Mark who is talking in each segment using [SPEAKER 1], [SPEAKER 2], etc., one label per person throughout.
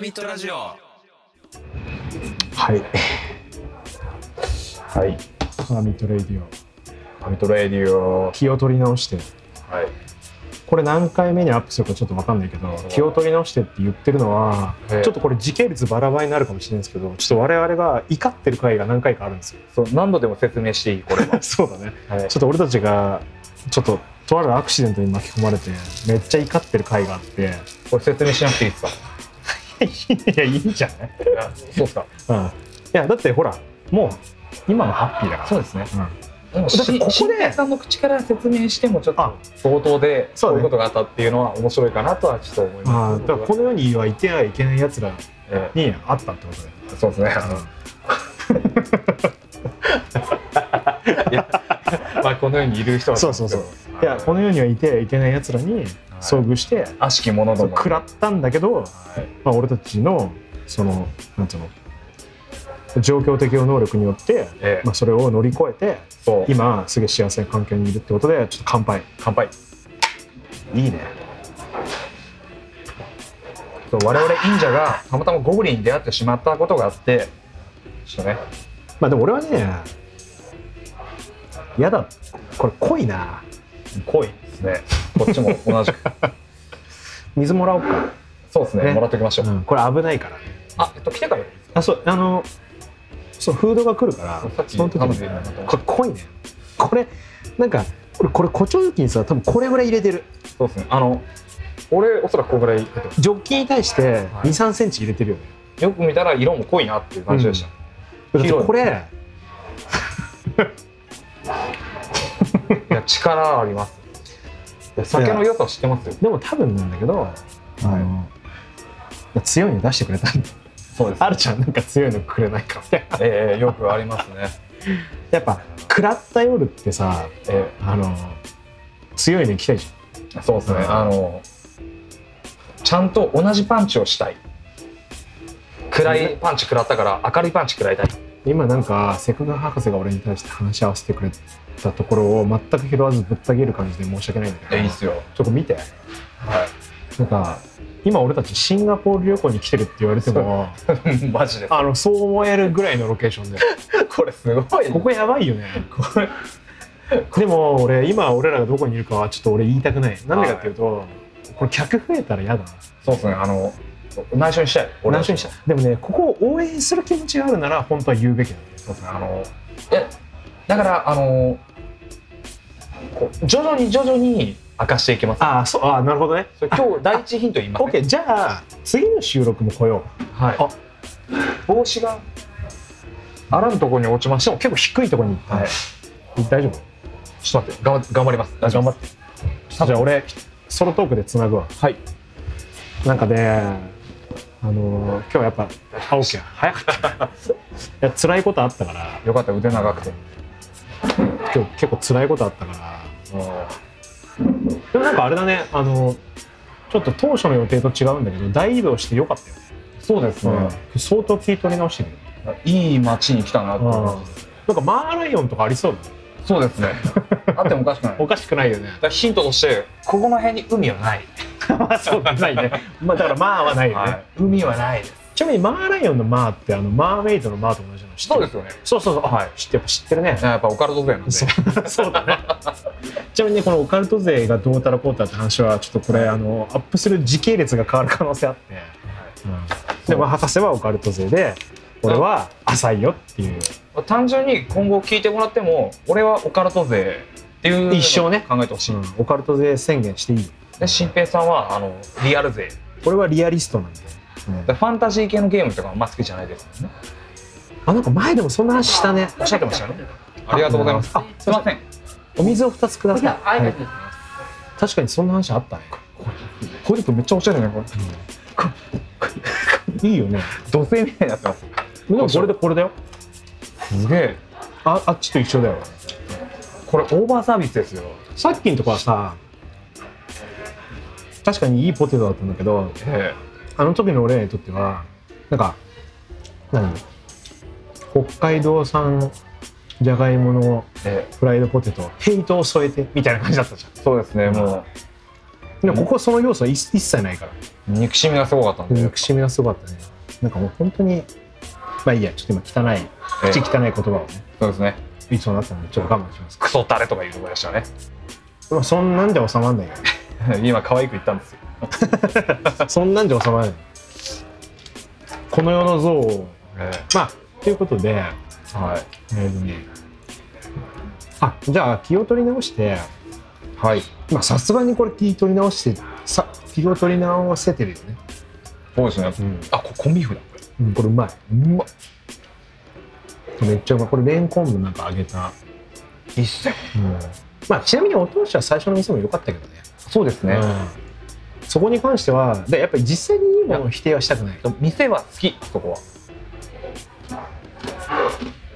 [SPEAKER 1] ミットラジオ
[SPEAKER 2] はい。はい。
[SPEAKER 3] パラミットレイディ
[SPEAKER 2] パミトレディオ
[SPEAKER 3] オ。気を取り直して
[SPEAKER 2] はい。
[SPEAKER 3] これ何回目にアップするかちょっと分かんないけど気を取り直してって言ってるのは
[SPEAKER 2] ええ
[SPEAKER 3] ちょっとこれ時系列バラバラになるかもしれないんですけどちょっと我々が怒ってる回が何回かあるんです よ
[SPEAKER 2] そう、何度でも説明していい、 これは。
[SPEAKER 3] そうだね
[SPEAKER 2] はい
[SPEAKER 3] ちょっと俺たちがちょっととあるアクシデントに巻き込まれてめっちゃ怒ってる回があってい
[SPEAKER 2] これ説明しなくていいですか。
[SPEAKER 3] やいいんじゃない、
[SPEAKER 2] そうっすか。
[SPEAKER 3] うん、いやだってほらもう今のハッピーだから
[SPEAKER 2] そうですね。
[SPEAKER 3] うん
[SPEAKER 2] でも、
[SPEAKER 3] だってここで
[SPEAKER 2] 新平さんの口から説明しても、ちょっと
[SPEAKER 3] あ。
[SPEAKER 2] 冒頭で、
[SPEAKER 3] そ
[SPEAKER 2] そうう
[SPEAKER 3] ね
[SPEAKER 2] いうことがあったっていうのは、面白いかなとは、ちょっと思い
[SPEAKER 3] まあ
[SPEAKER 2] ま
[SPEAKER 3] だ
[SPEAKER 2] す。
[SPEAKER 3] からこの世にはいてはいけないやつら
[SPEAKER 2] え
[SPEAKER 3] にあったってことだよ
[SPEAKER 2] えそうですね。あの まあ、この世にいる人は。
[SPEAKER 3] そうそうそう
[SPEAKER 2] あの。
[SPEAKER 3] いやこの世にはいてはいけないやつらに遭遇して、
[SPEAKER 2] 悪しき者
[SPEAKER 3] そ
[SPEAKER 2] ど
[SPEAKER 3] う
[SPEAKER 2] も。
[SPEAKER 3] 食らったんだけど、
[SPEAKER 2] はい
[SPEAKER 3] まあ、俺たちのそのなんていうの状況適応能力によって、
[SPEAKER 2] ええ
[SPEAKER 3] まあ、それを乗り越えて
[SPEAKER 2] そう。
[SPEAKER 3] 今すげえ幸せな環境にいるってことでちょっと乾杯
[SPEAKER 2] 乾杯。
[SPEAKER 3] いいね
[SPEAKER 2] そう我々忍者がたまたまゴブリンに出会ってしまったことがあってちょっとね
[SPEAKER 3] まあでも俺はねやだこれ濃いな
[SPEAKER 2] 濃いですねこっちも同 じく
[SPEAKER 3] 水もらおうか、
[SPEAKER 2] そうですね
[SPEAKER 3] ね
[SPEAKER 2] もらっておきましょう、
[SPEAKER 3] うん、これ危ないからね
[SPEAKER 2] あえっと来てからでいいですか
[SPEAKER 3] あそうあのそうフードが来るか
[SPEAKER 2] さっ
[SPEAKER 3] ら
[SPEAKER 2] き
[SPEAKER 3] その時
[SPEAKER 2] 頼ん
[SPEAKER 3] に
[SPEAKER 2] でるなと思っ
[SPEAKER 3] こ
[SPEAKER 2] て
[SPEAKER 3] れ濃いねこれなんか俺これ誇張時にさ多分これぐらい入れてる
[SPEAKER 2] そうですねあの俺おそらくここぐらい入れてます
[SPEAKER 3] ジョッキに対して
[SPEAKER 2] はい
[SPEAKER 3] 23センチ入れてるよね
[SPEAKER 2] よく見たら色も濃いなっていう感じでした、
[SPEAKER 3] だって
[SPEAKER 2] 広い
[SPEAKER 3] これ
[SPEAKER 2] いや力ありますいや酒の良さ知ってますよ
[SPEAKER 3] でも多分なんだけどあの強いの出してくれたんだ
[SPEAKER 2] そうで
[SPEAKER 3] あるちゃんなんか強いのくれないかみたいな
[SPEAKER 2] ええよくありますね
[SPEAKER 3] やっぱ食らった夜ってさ
[SPEAKER 2] え
[SPEAKER 3] あの強いの来たいじ
[SPEAKER 2] えそうですねあのちゃんと同じパンチをしたい暗いパンチ食らったから明るいパンチ食らいたい
[SPEAKER 3] ゃん今なんかセクガ博士が俺に対して話し合わせてくれたところを全く拾わずぶった切る感じで申し訳ないんだけど
[SPEAKER 2] えいいっすよ
[SPEAKER 3] ちょっと見て
[SPEAKER 2] はい
[SPEAKER 3] なんか今俺たちシンガポール旅行に来てるって言われて も
[SPEAKER 2] マジで
[SPEAKER 3] あのそう思えるぐらいのロケーションで
[SPEAKER 2] これすご い
[SPEAKER 3] ここやばいよね でも俺今俺らがどこにいるかはちょっと俺言いたくないなんでかっていうと、これ客増えたら嫌だな
[SPEAKER 2] そうですねあの内緒にしたい俺
[SPEAKER 3] 内緒にしたでもねここを応援する気持ちがあるなら本当は言うべきなんだよ
[SPEAKER 2] そうですねあのえだからあのこう徐々に徐々に明かしていきます
[SPEAKER 3] ああそうああなるほどね
[SPEAKER 2] それ今日第一ヒント言います、ね
[SPEAKER 3] OK じゃあ次の収録も来よう
[SPEAKER 2] はい、
[SPEAKER 3] あ
[SPEAKER 2] 帽子があらんとこに落ちま
[SPEAKER 3] し
[SPEAKER 2] し
[SPEAKER 3] たかも結構低いところに行った、
[SPEAKER 2] はい
[SPEAKER 3] 大丈夫
[SPEAKER 2] ちょっと待って頑張頑張ります
[SPEAKER 3] あ頑張
[SPEAKER 2] っ
[SPEAKER 3] ってじゃあ俺ソロトークでつなぐわ
[SPEAKER 2] てはい
[SPEAKER 3] なんかね、あのー今日はやっぱ青木早かったね。いや辛いことあったから、
[SPEAKER 2] よかった腕長くて
[SPEAKER 3] 今日結構辛いことあったから。
[SPEAKER 2] あ
[SPEAKER 3] でもなんかあれだね、あのーちょっと当初の予定と違うんだけど、大移動してよかったよね。
[SPEAKER 2] そうですね、
[SPEAKER 3] うん相当気取り直してるよ。
[SPEAKER 2] いい街に来たなって思います
[SPEAKER 3] なんかマーライオンとかありそうだね。
[SPEAKER 2] そうです ねあってもおかしくないだか
[SPEAKER 3] おかしくないよね。
[SPEAKER 2] らヒントとしてここの辺に海はない
[SPEAKER 3] まあそうだないね。 まあだからまあはないよね。
[SPEAKER 2] はい、海はないです。
[SPEAKER 3] ちなみにマーライオンのマーってあのマーメイドのマーと同じなの知ってる。
[SPEAKER 2] すよね。
[SPEAKER 3] そうそうそう。はい。知ってやっぱ知ってるね。
[SPEAKER 2] やっぱオカルト勢なんで。
[SPEAKER 3] そうそうだね。ちなみにねこのオカルト勢がどうたらこうたらって話はちょっとこれあのアップする時系列が変わる可能性あって、でも博士はオカルト勢で俺は浅いよっていう
[SPEAKER 2] 単純に今後聞いてもらっても、俺はオカルト勢っていうのを
[SPEAKER 3] 一生ね
[SPEAKER 2] 考えてほしい。
[SPEAKER 3] オカルト勢宣言していい
[SPEAKER 2] で、新平さんはあのリアル勢。
[SPEAKER 3] 俺はリアリストなんで、
[SPEAKER 2] でファンタジー系のゲームとかあんま好きじゃないですもんね。
[SPEAKER 3] あなんか前でもそんな話したね
[SPEAKER 2] おっしゃってましたね。ありがとうございます。
[SPEAKER 3] あ
[SPEAKER 2] すいません。
[SPEAKER 3] お水を2つください、はい、
[SPEAKER 2] こ
[SPEAKER 3] 確かにそんな話あったね
[SPEAKER 2] ホリプめっちゃおしゃれね、これ。
[SPEAKER 3] いいよね
[SPEAKER 2] 土星みたいになってます。
[SPEAKER 3] でもこれでこれだよ
[SPEAKER 2] すげえ。
[SPEAKER 3] ああっちと一緒だよ
[SPEAKER 2] これオーバーサービスですよ。
[SPEAKER 3] さっきのとこはさ確かにいいポテトだったんだけど
[SPEAKER 2] え
[SPEAKER 3] あの時の俺らにとってはなんか何北海道産じゃがいもの
[SPEAKER 2] ええ
[SPEAKER 3] フライドポテトヘイトを添えてみたいな感じだったじゃ
[SPEAKER 2] えそうですね、も
[SPEAKER 3] ん
[SPEAKER 2] う。
[SPEAKER 3] でもここはその要素は一一切ないから
[SPEAKER 2] 憎しみがすごかったんで
[SPEAKER 3] 憎しみがすごかったねなんかもう本当にまあいいやちょっと今汚い
[SPEAKER 2] ええ
[SPEAKER 3] 口汚い言葉をね
[SPEAKER 2] そうですね
[SPEAKER 3] いつもなったのでちょっと我慢します
[SPEAKER 2] クソタレとか言うとこでしたね
[SPEAKER 3] まあそんなんで収まんないよね
[SPEAKER 2] 今可愛く言ったんですよ
[SPEAKER 3] そんなんで収まらないこの世の像を
[SPEAKER 2] え
[SPEAKER 3] まあということで
[SPEAKER 2] えはい
[SPEAKER 3] えーとねあじゃあ気を取り直して
[SPEAKER 2] はい
[SPEAKER 3] まあさすがにこれ気取り直してさ気を取り直せてるよね、
[SPEAKER 2] そうですね
[SPEAKER 3] うん
[SPEAKER 2] あこれコンビーフだこれ
[SPEAKER 3] うん、これうまいうまいめっちゃうまいこれレンコンもなんか揚げた、
[SPEAKER 2] 一切
[SPEAKER 3] うんまあちなみにお通しは最初の店も良かったけどね
[SPEAKER 2] そうですね、
[SPEAKER 3] うんそこに関してはでやっぱり実際にいいものを否定はしたくない
[SPEAKER 2] 店は好きそこは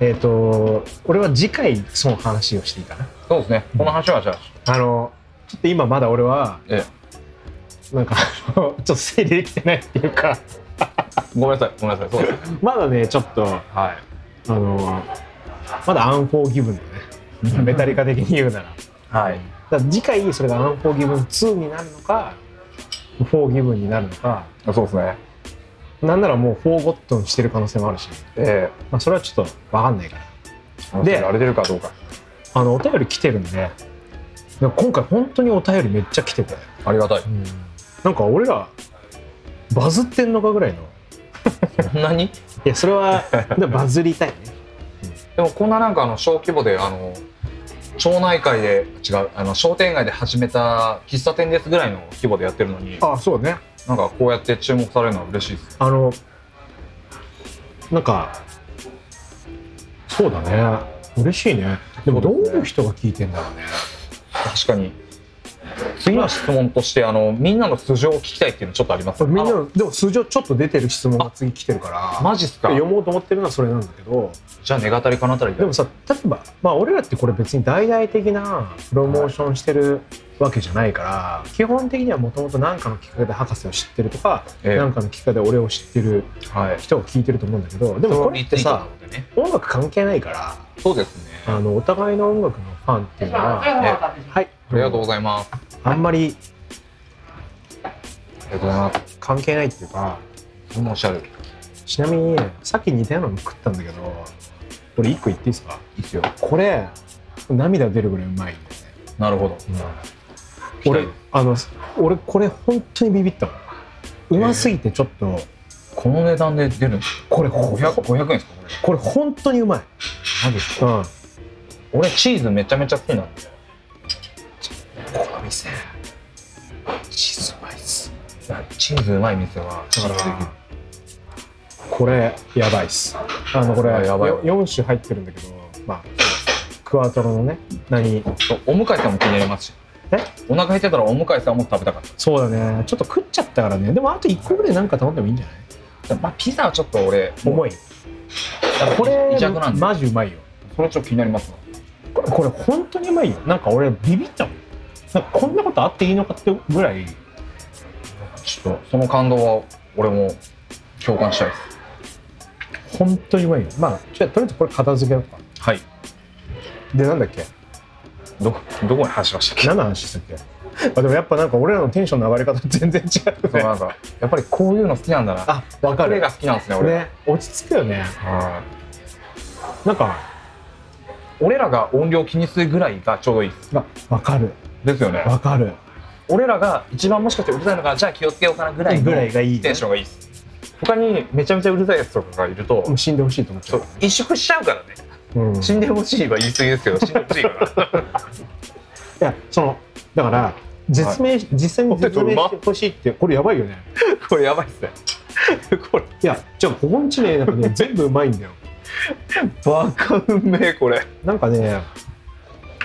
[SPEAKER 3] えっ、と俺は次回その話をしていいかな
[SPEAKER 2] そうですねこの話はじゃあ
[SPEAKER 3] あのちょっと今まだ俺は
[SPEAKER 2] え
[SPEAKER 3] なんかあのちょっと整理できてないっていうか
[SPEAKER 2] えごめんなさいごめんなさいそうです
[SPEAKER 3] まだねちょっと
[SPEAKER 2] はい
[SPEAKER 3] あのまだアンフォーギブンだねメタリカ的に言うなら
[SPEAKER 2] はい
[SPEAKER 3] だから次回それがアンフォーギブン2になるのかフォーギブンになるのか
[SPEAKER 2] そうですね
[SPEAKER 3] なんならもうフォーゴットンしてる可能性もあるし、
[SPEAKER 2] え
[SPEAKER 3] まあ、それはちょっと分かんないから
[SPEAKER 2] え
[SPEAKER 3] で
[SPEAKER 2] でられてるかどうか
[SPEAKER 3] あのお便り来てるんでなんか今回本当にお便りめっちゃ来てて、
[SPEAKER 2] ありがたい
[SPEAKER 3] なんか俺らバズってんのかぐらいの
[SPEAKER 2] そんなに
[SPEAKER 3] いやそれ はでもバズりたいね
[SPEAKER 2] でもこんななんかあの小規模であの町内会で違うあの商店街で始めた喫茶店ですぐらいの規模でやってるのに
[SPEAKER 3] あそうね
[SPEAKER 2] なんかこうやって注目されるのは嬉しいです
[SPEAKER 3] あのなんかそうだね嬉しいねでもどういう人が聞いてんだろうね
[SPEAKER 2] 確かに次の質問としてあのみんなの素性を聞きたいっていうのちょっとあります
[SPEAKER 3] みんな
[SPEAKER 2] あの
[SPEAKER 3] のでも数字をちょっと出てる質問が次来てるから
[SPEAKER 2] マジっすか
[SPEAKER 3] 読もうと思ってるのはそれなんだけど
[SPEAKER 2] じゃあ願ったりかなったり
[SPEAKER 3] でもさ例えば、まあ、俺らってこれ別に大々的なプロモーションしてるわけじゃないから、基本的にはもともと何かのきっかけで博士を知ってるとか
[SPEAKER 2] ええ
[SPEAKER 3] 何、かのきっかけで俺を知ってる
[SPEAKER 2] はい
[SPEAKER 3] 人を聞いてると思うんだけどでもこれってさ
[SPEAKER 2] そのリツイートなのでね
[SPEAKER 3] 音楽関係ないから
[SPEAKER 2] そうですね
[SPEAKER 3] あのお互いの音楽のファンっていうのははい
[SPEAKER 2] ありがとうご
[SPEAKER 3] う
[SPEAKER 2] ざいますあ
[SPEAKER 3] あんまり
[SPEAKER 2] りがとうございます
[SPEAKER 3] 関係ないっていうか
[SPEAKER 2] そんなおっしゃる
[SPEAKER 3] ちなみにさっき似たようなの食ったんだけど俺1個言っていいですか
[SPEAKER 2] いいっすよ
[SPEAKER 3] これ涙出るぐらいうまいん
[SPEAKER 2] なるほど
[SPEAKER 3] だよね、俺あの俺これ本当にビビったもんうますぎてちょっと、
[SPEAKER 2] この値段で出るんです
[SPEAKER 3] これほ
[SPEAKER 2] 500 500円ですかこれ
[SPEAKER 3] これ本当にうまい、
[SPEAKER 2] マジっす
[SPEAKER 3] う
[SPEAKER 2] か
[SPEAKER 3] ん、
[SPEAKER 2] 俺チーズめちゃめちゃ好きなんで
[SPEAKER 3] この店チーズうまいっす
[SPEAKER 2] チーズうまい店は
[SPEAKER 3] だからこれやばいっすあのこれ
[SPEAKER 2] あやばい
[SPEAKER 3] よ4種入ってるんだけどまあクワトロのね何
[SPEAKER 2] そうお向かいさんも気になりますし
[SPEAKER 3] え
[SPEAKER 2] お腹減ってたらお向かいさんも食べたかっ
[SPEAKER 3] そうだねちょっと食っちゃったからねでもあと1個ぐらいなんか頼んでもいいんじゃない
[SPEAKER 2] たまあピザはちょっと俺
[SPEAKER 3] 重いこれ
[SPEAKER 2] 微弱なんで
[SPEAKER 3] マジうまいよ
[SPEAKER 2] それちょっと気になりますわ
[SPEAKER 3] これこれ本当にうまいよなんか俺ビビったもんなんかこんなことあっていいのかってぐらい
[SPEAKER 2] ちょっとその感動は俺も共感したいです
[SPEAKER 3] 本当にうまいよまあじゃあとりあえずこれ片付けようか
[SPEAKER 2] はい
[SPEAKER 3] でなんだっけ
[SPEAKER 2] どどこに話しましたっけ
[SPEAKER 3] 何の話したっけあでもやっぱなんか俺らのテンションの上がり方全然違う
[SPEAKER 2] そう
[SPEAKER 3] ね
[SPEAKER 2] なんかやっぱりこういうの好きなんだな
[SPEAKER 3] あわか
[SPEAKER 2] これ
[SPEAKER 3] る
[SPEAKER 2] が好きなんですね俺
[SPEAKER 3] ね落ち着くよね
[SPEAKER 2] は
[SPEAKER 3] なんか
[SPEAKER 2] い俺らが音量気にするぐらいがちょうどいいです
[SPEAKER 3] わわかる
[SPEAKER 2] ですよね
[SPEAKER 3] わかる
[SPEAKER 2] 俺らが一番もしかしてうるさいのかじゃあ気をつけようかなぐらいの
[SPEAKER 3] ぐらいがいいね
[SPEAKER 2] テンションがいいです他にめちゃめちゃうるさいやつとかがいると
[SPEAKER 3] もう死んでほしいと思っち
[SPEAKER 2] そ
[SPEAKER 3] ゃ
[SPEAKER 2] う萎縮しちゃうからね
[SPEAKER 3] う、うん、
[SPEAKER 2] 死んでほしいは言い過ぎですけど死んでほしいから
[SPEAKER 3] いやそのだから絶命、し実際に絶命してほしいってこれやばいよね
[SPEAKER 2] これやばいっすねこれ
[SPEAKER 3] いやじゃあここんちねなんか ね全部うまいんだよ
[SPEAKER 2] バカうめえこれ
[SPEAKER 3] なんかね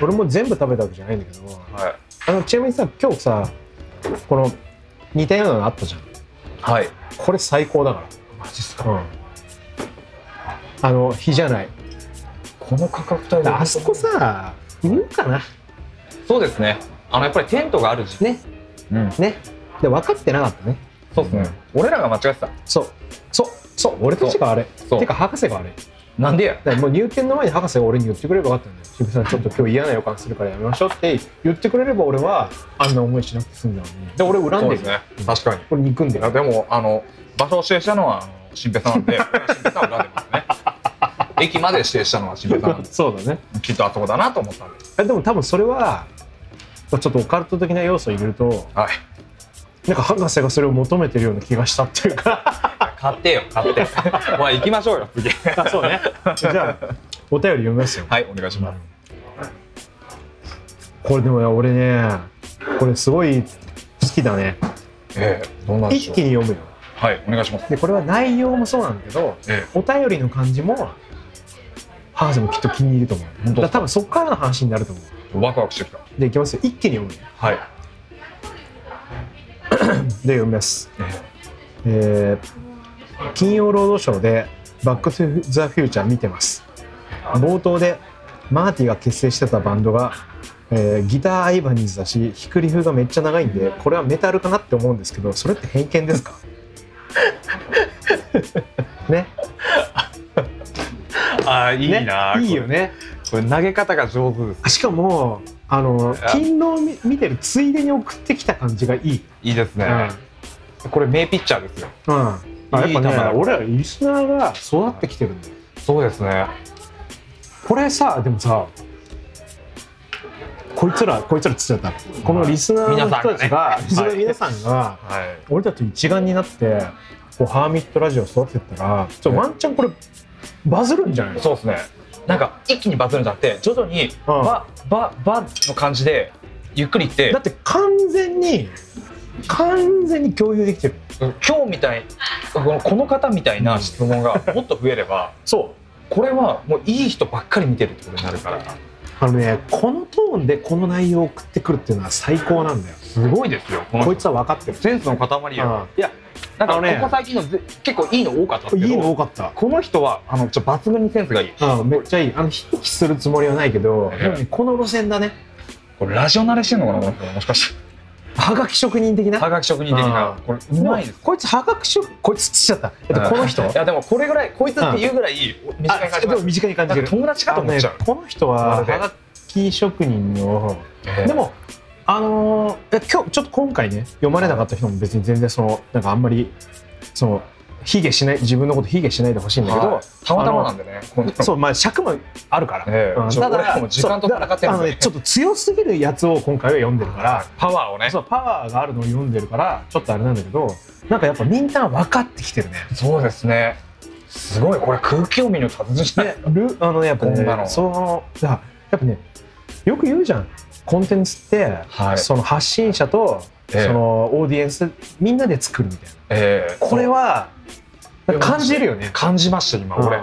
[SPEAKER 3] 俺も全部食べたわけじゃないんだけど
[SPEAKER 2] はい
[SPEAKER 3] あのちなみにさ今日さこの似たようなのあったじゃん
[SPEAKER 2] はい
[SPEAKER 3] これ最高だか
[SPEAKER 2] マジっす
[SPEAKER 3] ら、うん、あの日じゃない
[SPEAKER 2] この価格帯で
[SPEAKER 3] あそこさ言うかな
[SPEAKER 2] そうですねあのやっぱりテントがある時
[SPEAKER 3] ね
[SPEAKER 2] うん
[SPEAKER 3] ねで分かってなかったね
[SPEAKER 2] そうですね俺らが間違ってた
[SPEAKER 3] そうそうそう俺たちがあれ
[SPEAKER 2] そう
[SPEAKER 3] てか博士があれ
[SPEAKER 2] なんでや
[SPEAKER 3] だからもう入店の前に博士が俺に言ってくれればよかったんだよ渋谷さんちょっと今日嫌な予感するからやめましょうって言ってくれれば俺はあんな思いしなくて済んだのにで俺恨んでるよ
[SPEAKER 2] ね確かに
[SPEAKER 3] 俺憎んで
[SPEAKER 2] い
[SPEAKER 3] る
[SPEAKER 2] やでもあの場所を指定したのはあの新平さん なんで新平さんを恨んでますね駅まで指定したのは新平さんなんで
[SPEAKER 3] そうだね
[SPEAKER 2] きっとあそこだなと思ったんです
[SPEAKER 3] えでも多分それはまあちょっとオカルト的な要素を入れると
[SPEAKER 2] はい
[SPEAKER 3] なんか博士がそれを求めてるような気がしたっていうか
[SPEAKER 2] 買ってよ買 ってお前行きましょうよ次
[SPEAKER 3] あ そうねじゃあお便り読みますよ
[SPEAKER 2] はいお願いします
[SPEAKER 3] これでもね俺ねこれすごい好きだね
[SPEAKER 2] ええどうなんでし
[SPEAKER 3] 一
[SPEAKER 2] ょう
[SPEAKER 3] 気に読むよ
[SPEAKER 2] はいお願いします
[SPEAKER 3] でこれは内容もそうなんだけど
[SPEAKER 2] え
[SPEAKER 3] お便りの感じも博士もきっと気に入ると思うだ
[SPEAKER 2] 本当
[SPEAKER 3] から多分そっからの話になると思う
[SPEAKER 2] えワクワクしてきた
[SPEAKER 3] でいきますよ一気に読むね
[SPEAKER 2] はい
[SPEAKER 3] で読みます
[SPEAKER 2] え
[SPEAKER 3] えー金曜ロードショーで「バック・トゥ・ザ・フューチャー」見てます冒頭でマーティが結成してたバンドが、えーギターアイバニーズだし弾くリフがめっちゃ長いんでこれはメタルかなって思うんですけどそれって偏見 ですかね
[SPEAKER 2] えああい
[SPEAKER 3] ねいいよね
[SPEAKER 2] これ投げ方が上手です
[SPEAKER 3] しかもあの
[SPEAKER 2] いや
[SPEAKER 3] 勤労み見てるついでに送ってきた感じがいい、
[SPEAKER 2] いいですね、これ名ピッチャーですよ
[SPEAKER 3] うんうんあやっぱね
[SPEAKER 2] いい球だ
[SPEAKER 3] 俺らリスナーが育ってきてるんだよ
[SPEAKER 2] そうですね
[SPEAKER 3] これさでもさこいつらこいつらっつっちゃったこのリスナーの人たちがリ
[SPEAKER 2] 皆
[SPEAKER 3] スナーの皆さ
[SPEAKER 2] さんがね
[SPEAKER 3] んが
[SPEAKER 2] はい
[SPEAKER 3] 俺たち一丸になってこうハーミットラジオを育ててったらちょ
[SPEAKER 2] うん
[SPEAKER 3] ワンチャンこれバズるんじゃないの
[SPEAKER 2] そうですね。なんか一気にバズるんじゃなくて徐々に
[SPEAKER 3] うん
[SPEAKER 2] バ、ババの感じでゆっくりいって
[SPEAKER 3] だって完全に完全に共有できてる
[SPEAKER 2] 今日みたいこのこの方みたいな質問がもっと増えれ ば
[SPEAKER 3] そう
[SPEAKER 2] これはもういい人ばっかり見てるってことになるから
[SPEAKER 3] あのねこのトーンでこの内容を送ってくるっていうのは最高なんだよ
[SPEAKER 2] すごいですよこの
[SPEAKER 3] こ
[SPEAKER 2] 人
[SPEAKER 3] いつは分かってる
[SPEAKER 2] センスの塊
[SPEAKER 3] うん
[SPEAKER 2] やいやなん
[SPEAKER 3] あの
[SPEAKER 2] か
[SPEAKER 3] ね
[SPEAKER 2] ここ最近のぜ結構いいの多かったんです
[SPEAKER 3] い
[SPEAKER 2] け
[SPEAKER 3] い
[SPEAKER 2] ど
[SPEAKER 3] の多かった
[SPEAKER 2] この人はあのちょっと抜群にセンスがいい
[SPEAKER 3] うんめっちゃいいあのひいきするつもりはないけどでもねこの路線だね
[SPEAKER 2] これラジオ慣れしてるのかなこれもしかして
[SPEAKER 3] はがき職人的な
[SPEAKER 2] はがき職人的
[SPEAKER 3] あ
[SPEAKER 2] な
[SPEAKER 3] ー
[SPEAKER 2] これうまいです
[SPEAKER 3] こいつ破格職こいつつっちゃったえっとこの人
[SPEAKER 2] いやでもこれぐらいこいつっていうぐらい短い
[SPEAKER 3] あで
[SPEAKER 2] 感じま
[SPEAKER 3] も
[SPEAKER 2] す
[SPEAKER 3] 短いに感
[SPEAKER 2] な
[SPEAKER 3] じ
[SPEAKER 2] ん
[SPEAKER 3] る
[SPEAKER 2] か友達かと思っちゃ
[SPEAKER 3] あ
[SPEAKER 2] う
[SPEAKER 3] のねこの人
[SPEAKER 2] ま
[SPEAKER 3] は
[SPEAKER 2] るで
[SPEAKER 3] はがき職人ので
[SPEAKER 2] でも
[SPEAKER 3] もあのーえ今日ちょっと今回ね読まれなかった人も別に全然そのなんかあんまりその卑下しない自分のこと卑下しないでほしいんだけど
[SPEAKER 2] たまたまなんでねこの
[SPEAKER 3] そうまあ尺もあるから、
[SPEAKER 2] ええ
[SPEAKER 3] うん
[SPEAKER 2] ちょ
[SPEAKER 3] ただ
[SPEAKER 2] 俺らも時間と戦ってるんで
[SPEAKER 3] そうだあのねちょっと強すぎるやつを今回は読んでるから
[SPEAKER 2] パワーをね
[SPEAKER 3] そうパワーがあるのを読んでるからちょっとあれなんだけどなんかやっぱみんな分かってきてるね
[SPEAKER 2] そうですねすごいこれ空気読みの達人じゃない
[SPEAKER 3] ね、ルあのねやっぱ
[SPEAKER 2] こんな
[SPEAKER 3] ね
[SPEAKER 2] の
[SPEAKER 3] そのいややっぱねよく言うじゃんコンテンツって、
[SPEAKER 2] はい
[SPEAKER 3] その発信者と、
[SPEAKER 2] ええ
[SPEAKER 3] そのオーディエンスみんなで作るみたいな
[SPEAKER 2] ええ
[SPEAKER 3] これは
[SPEAKER 2] そう
[SPEAKER 3] 感じるよね
[SPEAKER 2] 感じました今俺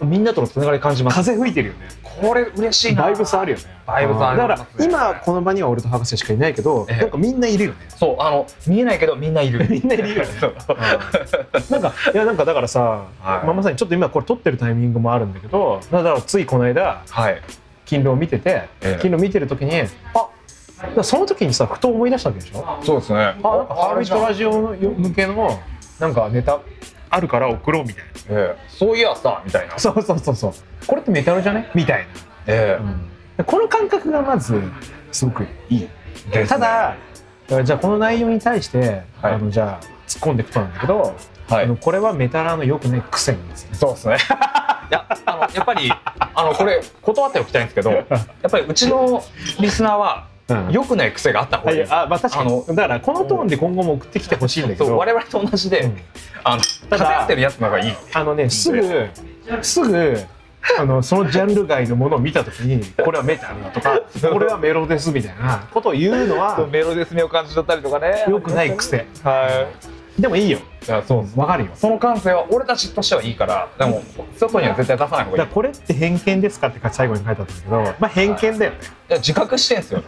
[SPEAKER 3] うんみんなとのつながり感じます風吹いてるよね
[SPEAKER 2] これ嬉しいな
[SPEAKER 3] バイブスあるよね
[SPEAKER 2] バイブスある
[SPEAKER 3] うんだから今この場には俺と博士しかいないけど、
[SPEAKER 2] ええ
[SPEAKER 3] なんかみんないるよね
[SPEAKER 2] そうあの見えないけどみんないる
[SPEAKER 3] みんないるよね
[SPEAKER 2] そう
[SPEAKER 3] なんかいやなんかだからさ、
[SPEAKER 2] はい
[SPEAKER 3] まあまさにちょっと今これ撮ってるタイミングもあるんだけどだからついこの間
[SPEAKER 2] はい
[SPEAKER 3] 勤労見てて、
[SPEAKER 2] ええ
[SPEAKER 3] 勤労見てる時にあだからその時にさふと思い出したわけでしょあ
[SPEAKER 2] そうですねあ
[SPEAKER 3] なんかハービットラジオの向けのなんかネタあるから送ろうみたい
[SPEAKER 2] ええそういやさみたいな
[SPEAKER 3] なそうそうそうそうこれってメタルじゃねみたい
[SPEAKER 2] え
[SPEAKER 3] な、でこの感覚がまずすごくいい、
[SPEAKER 2] えですね
[SPEAKER 3] ただだからじゃあこの内容に対して、
[SPEAKER 2] はい
[SPEAKER 3] あのじゃあ突っ込んでいくとなんだけど、
[SPEAKER 2] は
[SPEAKER 3] あの
[SPEAKER 2] い
[SPEAKER 3] これはメタラーの良くない癖なんですよ
[SPEAKER 2] そうですね いやあのやっぱり あのこれ断っておきたいんですけどやっぱり うちのリスナーは
[SPEAKER 3] よ
[SPEAKER 2] 良くない癖があった方
[SPEAKER 3] は
[SPEAKER 2] がいい
[SPEAKER 3] い、
[SPEAKER 2] です
[SPEAKER 3] あまあ確か
[SPEAKER 2] あ
[SPEAKER 3] に
[SPEAKER 2] の
[SPEAKER 3] だからこのトーンで今後も送ってきてほしいんだけ
[SPEAKER 2] そう
[SPEAKER 3] ど
[SPEAKER 2] 我々と同じで、
[SPEAKER 3] うん
[SPEAKER 2] あの
[SPEAKER 3] だ
[SPEAKER 2] 偏ってるやつの方がいい
[SPEAKER 3] あのねすぐすぐあのそのジャンル外のものを見た時にこれはメタルだと かこれはメロですみたいなことを言うのは
[SPEAKER 2] メロデスめを感じちゃったりとかね
[SPEAKER 3] 良くない癖
[SPEAKER 2] は
[SPEAKER 3] でもいいよ
[SPEAKER 2] いいやそう
[SPEAKER 3] わかるよ
[SPEAKER 2] その感性は俺たちとしてはいいからでも外には絶対出さな
[SPEAKER 3] だ
[SPEAKER 2] い方
[SPEAKER 3] か
[SPEAKER 2] が
[SPEAKER 3] ら
[SPEAKER 2] いい
[SPEAKER 3] これって偏見ですかって最後に書いてあったんだけどまあ偏見だよね
[SPEAKER 2] いや自覚してんすよ ね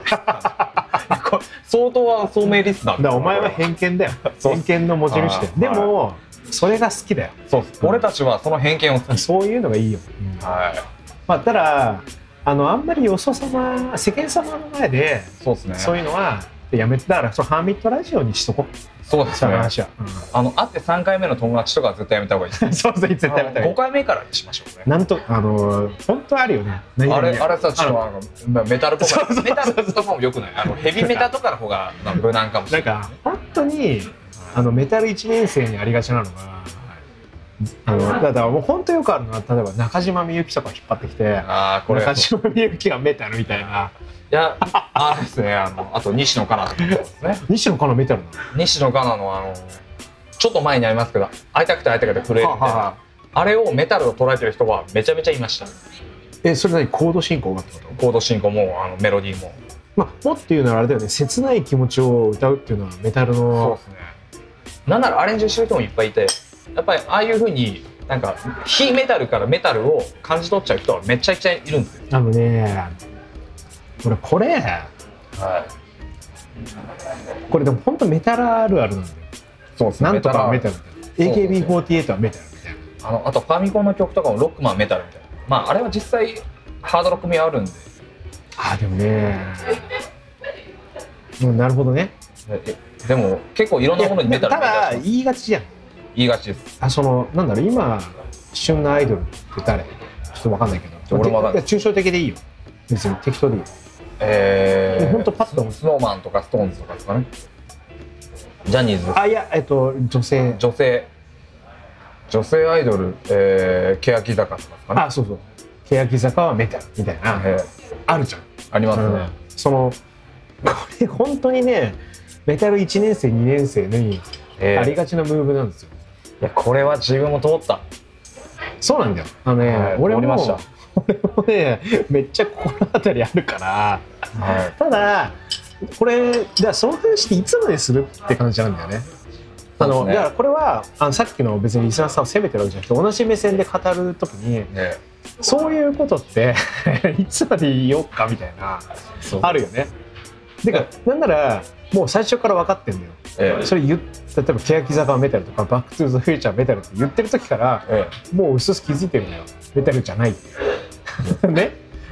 [SPEAKER 2] これ相当は聡明リスナー
[SPEAKER 3] だからお前は偏見だよ
[SPEAKER 2] そう
[SPEAKER 3] 偏見の持ち主で
[SPEAKER 2] はい
[SPEAKER 3] でもそれが好きだよ
[SPEAKER 2] そうっす俺たちはその偏見を好き
[SPEAKER 3] そういうのがいいよ、
[SPEAKER 2] はい
[SPEAKER 3] まあただあのあんまりよそ様世間様の前で
[SPEAKER 2] そうですね
[SPEAKER 3] そういうのはってやめてだからそのハーミットラジオにしとこう
[SPEAKER 2] そうです
[SPEAKER 3] その
[SPEAKER 2] ね
[SPEAKER 3] 話は、
[SPEAKER 2] あの会って3回目の友達とかは絶対やめた方がいいです
[SPEAKER 3] うん そうそう絶対やめた方がい
[SPEAKER 2] 5
[SPEAKER 3] い
[SPEAKER 2] 回目からにしましょうね
[SPEAKER 3] なんとあのー本当あるよね何
[SPEAKER 2] あ
[SPEAKER 3] 々
[SPEAKER 2] れあれさちょっとあのまあメタルっぽ
[SPEAKER 3] そうそうそ
[SPEAKER 2] く
[SPEAKER 3] う
[SPEAKER 2] メタルっぽくもよくないあのヘビメタとかの方がまあ無難かもし
[SPEAKER 3] な
[SPEAKER 2] れ
[SPEAKER 3] ん
[SPEAKER 2] ない
[SPEAKER 3] か本当にあのメタル1年生にありがちなのがあのだからもう本当よくあるのは例えば中島みゆきとかを引っ張ってきて
[SPEAKER 2] ああこれい
[SPEAKER 3] 中島みゆきがメタルみたいな
[SPEAKER 2] やあれですねあのあと西野カナとかもそうですね
[SPEAKER 3] 西野カナメタルな
[SPEAKER 2] 西野カナのあのちょっと前にありますけど会いたくて会いたくて震えるみたいな、
[SPEAKER 3] はあはあ
[SPEAKER 2] あれをメタルを捉えてる人はめちゃめちゃいました
[SPEAKER 3] えそれ何コード進行がってこと
[SPEAKER 2] コード進行もあのメロディーも
[SPEAKER 3] まあもっと言うならあれだよね切ない気持ちを歌うっていうのはメタル
[SPEAKER 2] そう
[SPEAKER 3] の
[SPEAKER 2] ですねなんならアレンジしてる人もいっぱいいてやっぱりああいうふうになんか非メタルからメタルを感じ取っちゃう人はめちゃくちゃいるんですよ、
[SPEAKER 3] あのね俺これ
[SPEAKER 2] はい、
[SPEAKER 3] これでも本当メタルあるあるなんだよ
[SPEAKER 2] そうです
[SPEAKER 3] なんとかはメタルみたいな
[SPEAKER 2] メタル
[SPEAKER 3] AKB48 はメタルみたいな
[SPEAKER 2] あのあとファミコンの曲とかもロックマンメタルみたいなまああれは実際ハードロック味あるんで
[SPEAKER 3] あーでもねうんなるほどね
[SPEAKER 2] えでも結構いろんなものにメタル
[SPEAKER 3] いやただ
[SPEAKER 2] メタル
[SPEAKER 3] 言いがちじゃん
[SPEAKER 2] 言いがちです
[SPEAKER 3] あそのなんだろう今旬のアイドルって誰ちょっとわかんないけど
[SPEAKER 2] 俺もわかんない
[SPEAKER 3] や抽象的でいいよ別に適当でいいよ
[SPEAKER 2] え
[SPEAKER 3] えほんとパッと
[SPEAKER 2] スノーマンとかストーンズとかですかねジャニーズ
[SPEAKER 3] あいやえっと女性
[SPEAKER 2] 女性女性アイドル、えー、欅坂とかですかね
[SPEAKER 3] あそうそう欅坂はメタルみたいな、
[SPEAKER 2] えー
[SPEAKER 3] あるじゃん
[SPEAKER 2] ありますね、
[SPEAKER 3] うんそのこれ本当にねメタル1年生2年生に
[SPEAKER 2] えー
[SPEAKER 3] ありがちなムーブなんですよ、
[SPEAKER 2] いやこれは自分も通った
[SPEAKER 3] そうなんだよあのね、
[SPEAKER 2] はい
[SPEAKER 3] 俺も
[SPEAKER 2] 通りました
[SPEAKER 3] 俺もねめっちゃ心当たりあるから
[SPEAKER 2] はい
[SPEAKER 3] ただこれじゃあその話っていつまでするって感じなんだよね。あ
[SPEAKER 2] そ
[SPEAKER 3] の
[SPEAKER 2] うですね
[SPEAKER 3] だからこれはあのさっきの別にリスナーさんを責めてるわけじゃなくて同じ目線で語る時に
[SPEAKER 2] ね
[SPEAKER 3] そういうことって いつまで言おうかみたいな
[SPEAKER 2] そう
[SPEAKER 3] あるよね。てかなんならもう最初から分かってんだよ。
[SPEAKER 2] ええ
[SPEAKER 3] それ言っ例えば欅坂メタルとかバック・トゥ・ザ・フューチャーメタルって言ってる時から
[SPEAKER 2] え
[SPEAKER 3] もう薄々気づいてるんだよメタルじゃないって。ね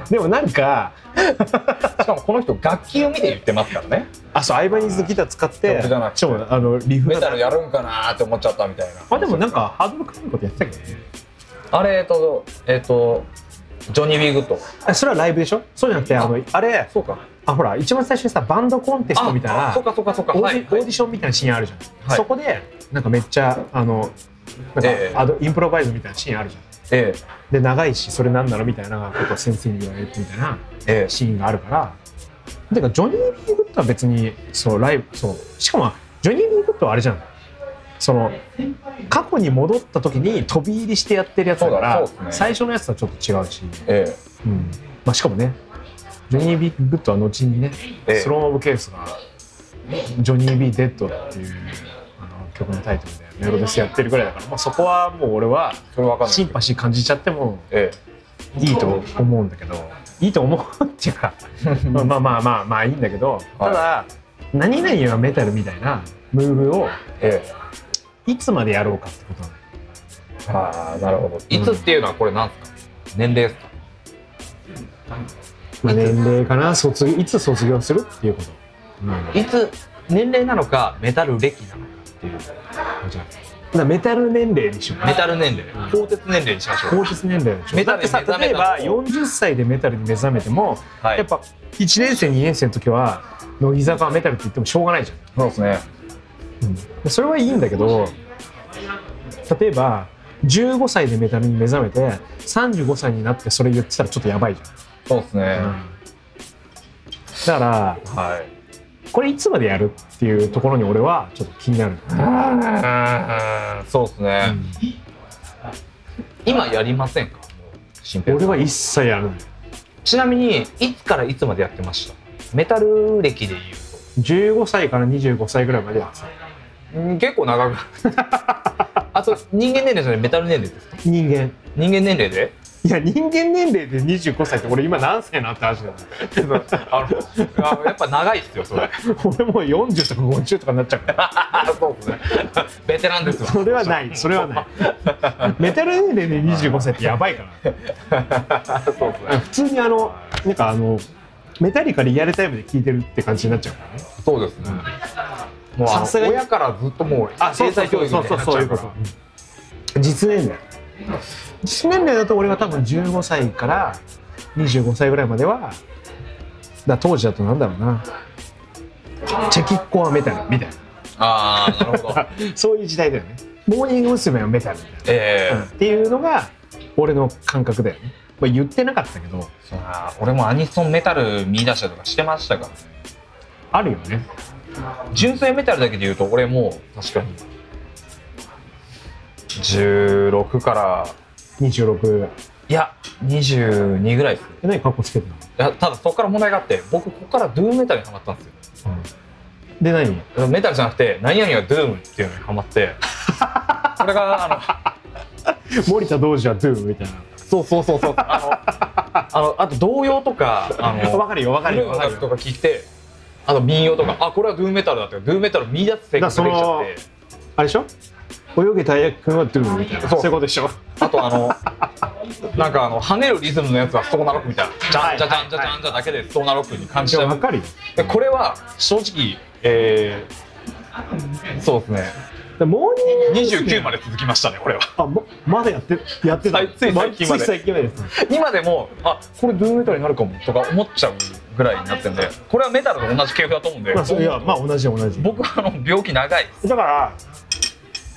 [SPEAKER 3] でもなんか
[SPEAKER 2] えしかもこの人楽器を見て言ってますからね
[SPEAKER 3] あそうアイバニーズギター使って
[SPEAKER 2] 曲じゃなくて
[SPEAKER 3] ちょあのリフ
[SPEAKER 2] メ
[SPEAKER 3] だ
[SPEAKER 2] タルやるんかなーって思っちゃったみたいな
[SPEAKER 3] あでもなんかハードル高いことやってたけどね
[SPEAKER 2] あれえっとえっ、とジョニー・ビーグッド
[SPEAKER 3] あそれはライブでしょそうじゃなくてあのあれ
[SPEAKER 2] そうか
[SPEAKER 3] あほら一番最初にさバンドコンテストみたい
[SPEAKER 2] あ
[SPEAKER 3] な
[SPEAKER 2] そう
[SPEAKER 3] オ
[SPEAKER 2] かそうかそうか
[SPEAKER 3] ーディ
[SPEAKER 2] はい
[SPEAKER 3] オーディションみたいなシーンあるじゃん、
[SPEAKER 2] はい
[SPEAKER 3] そこでなんかめっちゃあのなんか、
[SPEAKER 2] ええ
[SPEAKER 3] あのインプロバイズみたいなシーンあるじゃん
[SPEAKER 2] え
[SPEAKER 3] で長いしそれなんなのみたいなことを先生に言われてみたいな
[SPEAKER 2] ええ
[SPEAKER 3] シーンがあるからてかジョニー・ビーグッドは別にそうライブそうしかもジョニー・ビーグッドはあれじゃんその過去に戻った時に飛び入りしてやってるやつだから
[SPEAKER 2] そうだそうですね
[SPEAKER 3] 最初のやつとはちょっと違うし、
[SPEAKER 2] ええ
[SPEAKER 3] うんまあ、しかもねジョニー・ビーグッドは後にね、
[SPEAKER 2] ええ
[SPEAKER 3] スローモーブケースが「ジョニー・ビー・デッド」っていうあの曲のタイトルでメロデスやってるぐらいだから、まあ、そこはもう俺は
[SPEAKER 2] それわかんない
[SPEAKER 3] シンパシー感じちゃっても
[SPEAKER 2] え
[SPEAKER 3] いいと思うんだけどいいと思うっていう かまあまあまあまあまあいいんだけどただ何々はメタルみたいなムーブを
[SPEAKER 2] ええ
[SPEAKER 3] いつまでやろうかってことなの
[SPEAKER 2] えああなるほどいつっていうのはこれなんですか年齢ですか
[SPEAKER 3] まあ年齢かな卒業いつ卒業するっていうこと、うん
[SPEAKER 2] いつ年齢なのかメタル歴なのかっていう
[SPEAKER 3] じゃあだからメタル年齢にしよう
[SPEAKER 2] メ
[SPEAKER 3] ね
[SPEAKER 2] タル年齢鋼鉄年齢にしましょう
[SPEAKER 3] 高卒年齢でしょ
[SPEAKER 2] メタ
[SPEAKER 3] だっ
[SPEAKER 2] ル
[SPEAKER 3] て
[SPEAKER 2] に
[SPEAKER 3] さ
[SPEAKER 2] 目
[SPEAKER 3] 例
[SPEAKER 2] 覚め
[SPEAKER 3] え
[SPEAKER 2] たの
[SPEAKER 3] ば40歳でメタルに目覚めても、
[SPEAKER 2] はい
[SPEAKER 3] やっぱ1年生2年生の時は乃木坂はメタルって言ってもしょうがないじゃん
[SPEAKER 2] そうですね
[SPEAKER 3] でそれはいいんだけど例えば15歳でメタルに目覚めて35歳になってそれ言ってたらちょっとやばいじ
[SPEAKER 2] そうですね
[SPEAKER 3] ゃん、だから
[SPEAKER 2] はい
[SPEAKER 3] これいつまでやるっていうところに俺はちょっと気になる、
[SPEAKER 2] そうですね、今やりませんか新平
[SPEAKER 3] 俺は一切やるない
[SPEAKER 2] ちなみにいつからいつまでやってましたメタル歴で言う
[SPEAKER 3] 15歳から25歳ぐらいまでやってた
[SPEAKER 2] とうん結構長く あと人間年齢じゃないメタル年齢ですか
[SPEAKER 3] 人間
[SPEAKER 2] 人間年齢で
[SPEAKER 3] いや人間年齢で25歳って俺今何歳なって話だよ
[SPEAKER 2] あのあやっぱ長いっすよそれ
[SPEAKER 3] 俺もう40とか50とかになっちゃうから
[SPEAKER 2] そうですねベテランですわ
[SPEAKER 3] それはないそれはないメタル年齢で25歳ってやばいから
[SPEAKER 2] そうですね
[SPEAKER 3] 普通にあのなんかあのメタリカリアルタイムで聴いてるって感じになっちゃうからね
[SPEAKER 2] そうですね、もうあ
[SPEAKER 3] さ
[SPEAKER 2] の
[SPEAKER 3] すがに
[SPEAKER 2] 親からずっともう英才教育みたいになっちゃうから
[SPEAKER 3] うん実年齢実年齢だと俺が多分15歳から25歳ぐらいまではだ当時だとなんだろうなチェキっ子はメタルみたいな
[SPEAKER 2] ああなる ほど
[SPEAKER 3] そういう時代だよねモーニング娘。はメタルみたいな
[SPEAKER 2] ええ
[SPEAKER 3] うんっていうのが俺の感覚だよね、まあ、言ってなかったけど
[SPEAKER 2] そうあー俺もアニソンメタル見出したりとかしてましたからね
[SPEAKER 3] あるよね
[SPEAKER 2] 純粋メタルだけで言うと俺もう確かに16から
[SPEAKER 3] 26
[SPEAKER 2] いや22ぐらいですね
[SPEAKER 3] え何かっこつけてんの、
[SPEAKER 2] いやただそこから問題があって僕ここからドゥーンメタルにハマったんですよ
[SPEAKER 3] で何
[SPEAKER 2] メタルじゃなくて何々はドゥームっていうのにハマってそれがあの
[SPEAKER 3] 森田童子はドゥーみたいな
[SPEAKER 2] そうそうそうそうあのあのあと童謡とかあの
[SPEAKER 3] わかるよわかるよわかる
[SPEAKER 2] 古い音楽と
[SPEAKER 3] よ
[SPEAKER 2] か聞いてあと民謡とか、あこれはドゥーメタルだってドゥーメタルを見出す性格ができちゃって
[SPEAKER 3] あれでしょ泳げたいやくんはドゥーみたいな
[SPEAKER 2] そう
[SPEAKER 3] いうことでしょ
[SPEAKER 2] あとあのなんかあの跳ねるリズムのやつはストーナロックみたいなじゃ
[SPEAKER 3] は
[SPEAKER 2] ん
[SPEAKER 3] い
[SPEAKER 2] じゃじゃんじゃじゃんじゃだけでストーナロックに感じ
[SPEAKER 3] い
[SPEAKER 2] ちゃ
[SPEAKER 3] やわ
[SPEAKER 2] う
[SPEAKER 3] かるよ
[SPEAKER 2] でこれは正直えーそうですね
[SPEAKER 3] でモーニング
[SPEAKER 2] 29まで続きましたねこれは
[SPEAKER 3] あままだやってやってた
[SPEAKER 2] はいつい最近まで
[SPEAKER 3] つい最近までです
[SPEAKER 2] 今でもあこれドゥーメタルになるかもとか思っちゃうぐらいになってるんでこれはメタルと同じ系譜だと思うんで、
[SPEAKER 3] まあそれはまあ同じ同じ
[SPEAKER 2] 僕はあの病気長い
[SPEAKER 3] だから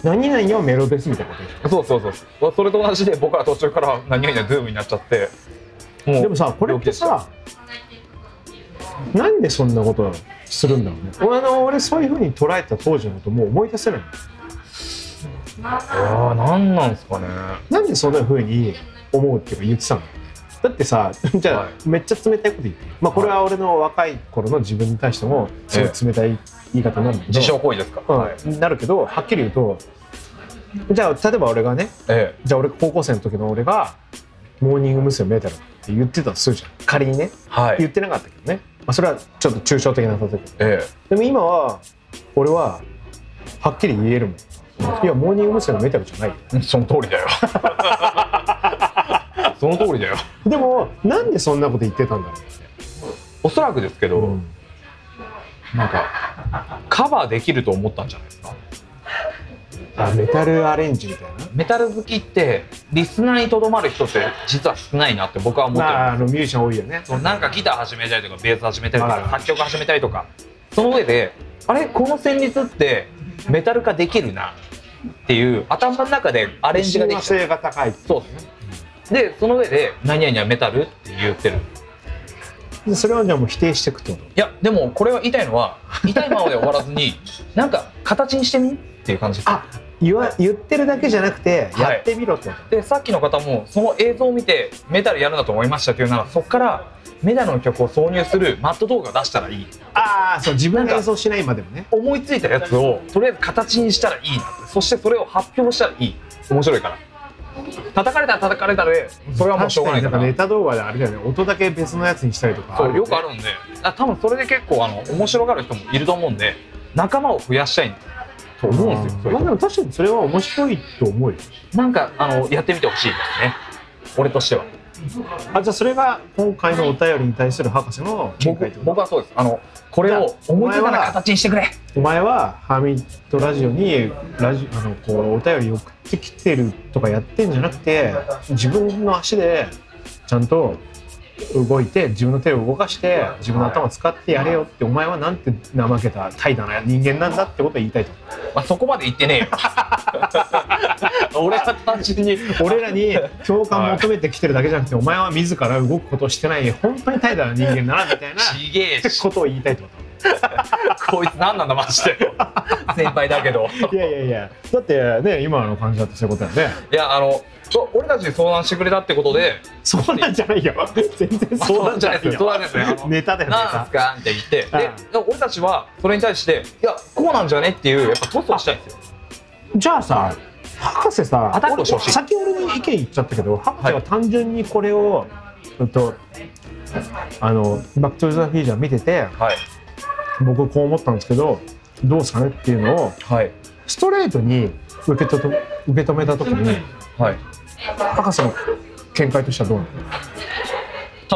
[SPEAKER 3] 何々はメロですみたいなことでしょ
[SPEAKER 2] そうそうそうそれと同じで僕は途中から何々はドゥームになっちゃっても
[SPEAKER 3] でもさこれってさなんでそんなことするんだろうね俺の俺そういうふうに捉えた当時のこともう思い出せない
[SPEAKER 2] ああ何なんですかね
[SPEAKER 3] なんでそんなふうに思うっていうか言ってたのだってさじゃあ、
[SPEAKER 2] は
[SPEAKER 3] めっちゃ冷たいこと言ってるまあこれは俺の若い頃の自分に対してもすごい冷たい言い方なんだけど、
[SPEAKER 2] 自傷行為ですか、
[SPEAKER 3] うんなるけどはっきり言うとじゃあ例えば俺がね
[SPEAKER 2] え
[SPEAKER 3] じゃあ俺高校生の時の俺が「モーニング娘。メタル」って言ってたとするじゃん仮にね
[SPEAKER 2] えはい
[SPEAKER 3] 言ってなかったけどね、まあ、それはちょっと抽象的な例えだけど
[SPEAKER 2] え
[SPEAKER 3] でも今は俺ははっきり言えるもんいやモーニング娘。のメタルじゃないよ
[SPEAKER 2] えその通りだ よその通りだよ
[SPEAKER 3] でもなんでそんなこと言ってたんだろう
[SPEAKER 2] おそらくですけど、
[SPEAKER 3] うん
[SPEAKER 2] なんかカバーできると思ったんじゃないですか
[SPEAKER 3] あメタルアレンジみたいな
[SPEAKER 2] メタル好きってリスナーにとどまる人って実は少ないなって僕は思ってるん
[SPEAKER 3] ま
[SPEAKER 2] で
[SPEAKER 3] ああのミュージシャン多いよね
[SPEAKER 2] すそのなんかギター始めたりとかベース始めたりと
[SPEAKER 3] はい
[SPEAKER 2] か
[SPEAKER 3] はい
[SPEAKER 2] 作曲始めたりとかその上であれこの旋律ってメタル化できるなっていう頭の中でアレンジができちゃう
[SPEAKER 3] 性が高い
[SPEAKER 2] そうですねでその上で「何々はメタル?」って言ってる
[SPEAKER 3] でそれはじゃあもう否定していくってこと
[SPEAKER 2] いやでもこれは言いたいのは言いたいままで終わらずになんか形にしてみっていう感じです
[SPEAKER 3] あ言わ言ってるだけじゃなくて
[SPEAKER 2] はい
[SPEAKER 3] やってみろってこと、
[SPEAKER 2] でさっきの方もその映像を見てメタルやるんだと思いましたっていうならそこからメタルの曲を挿入するマット動画を出したらいい
[SPEAKER 3] ああそう自分
[SPEAKER 2] なん
[SPEAKER 3] が
[SPEAKER 2] か
[SPEAKER 3] 演奏しないまでもね
[SPEAKER 2] 思いついたやつをとりあえず形にしたらいいなってそしてそれを発表したらいい面白いから叩かれたら叩かれたでそれはもうしょうがないか
[SPEAKER 3] 確
[SPEAKER 2] ら
[SPEAKER 3] にんかネタ動画であれだよね音だけ別のやつにしたりとか
[SPEAKER 2] そうよくあ
[SPEAKER 3] る
[SPEAKER 2] るんであ多分それで結構あの面白がる人もいると思うんで仲間を増やしたいと思うんですよそうい
[SPEAKER 3] ま
[SPEAKER 2] う
[SPEAKER 3] あ
[SPEAKER 2] 人
[SPEAKER 3] でも確かにそれは面白いと思うよ
[SPEAKER 2] なんかあのやってみてほしいですね俺としては
[SPEAKER 3] あじゃあそれが今回のお便りに対する博士の見解っ
[SPEAKER 2] 僕
[SPEAKER 3] てこと
[SPEAKER 2] 僕はそうですあのこれを思いついたら形にしてくれ
[SPEAKER 3] お前はハーミットラジオにラジあのこうお便り送ってきてるとかやってんじゃなくて自分の足でちゃんと動いて自分の手を動かして自分の頭使ってやれよってお前はなんて怠けた怠惰な人間なんだってことを言いたいと
[SPEAKER 2] まあ、そこまで言ってねえよ俺は単純に
[SPEAKER 3] 俺らに共感を求めてきてるだけじゃなくてお前は自ら動くことをしてない本当に怠惰な人間だなみたいな
[SPEAKER 2] ちげえし
[SPEAKER 3] ことを言いたいってこ
[SPEAKER 2] こいつ何なんだマジで先輩だけど
[SPEAKER 3] といやいやいやだってね今の感じだってそういうことだよね
[SPEAKER 2] いやあのそう俺たちに相談してくれたってことで
[SPEAKER 3] そうなんじゃないよ 全然そうなんじゃないよ
[SPEAKER 2] そうなんですねそうなんですねあの
[SPEAKER 3] ネタだよネ
[SPEAKER 2] なん
[SPEAKER 3] タ
[SPEAKER 2] すかって言ってでで俺たちはそれに対していやこうなんじゃねっていうやっぱトスをしたいんですよ
[SPEAKER 3] じゃあさ博士さ
[SPEAKER 2] アタックをしてほしい
[SPEAKER 3] 先俺に意見言っちゃったけど博士は単純にこれを、えっとあの「バック・トゥ・ザ・フュージョン」見てて
[SPEAKER 2] はい
[SPEAKER 3] 僕こう思ったんですけどどうですかねっていうのを
[SPEAKER 2] はい
[SPEAKER 3] ストレートに受けとと受け止めた時に
[SPEAKER 2] はい
[SPEAKER 3] 博士の見解としてはどうなの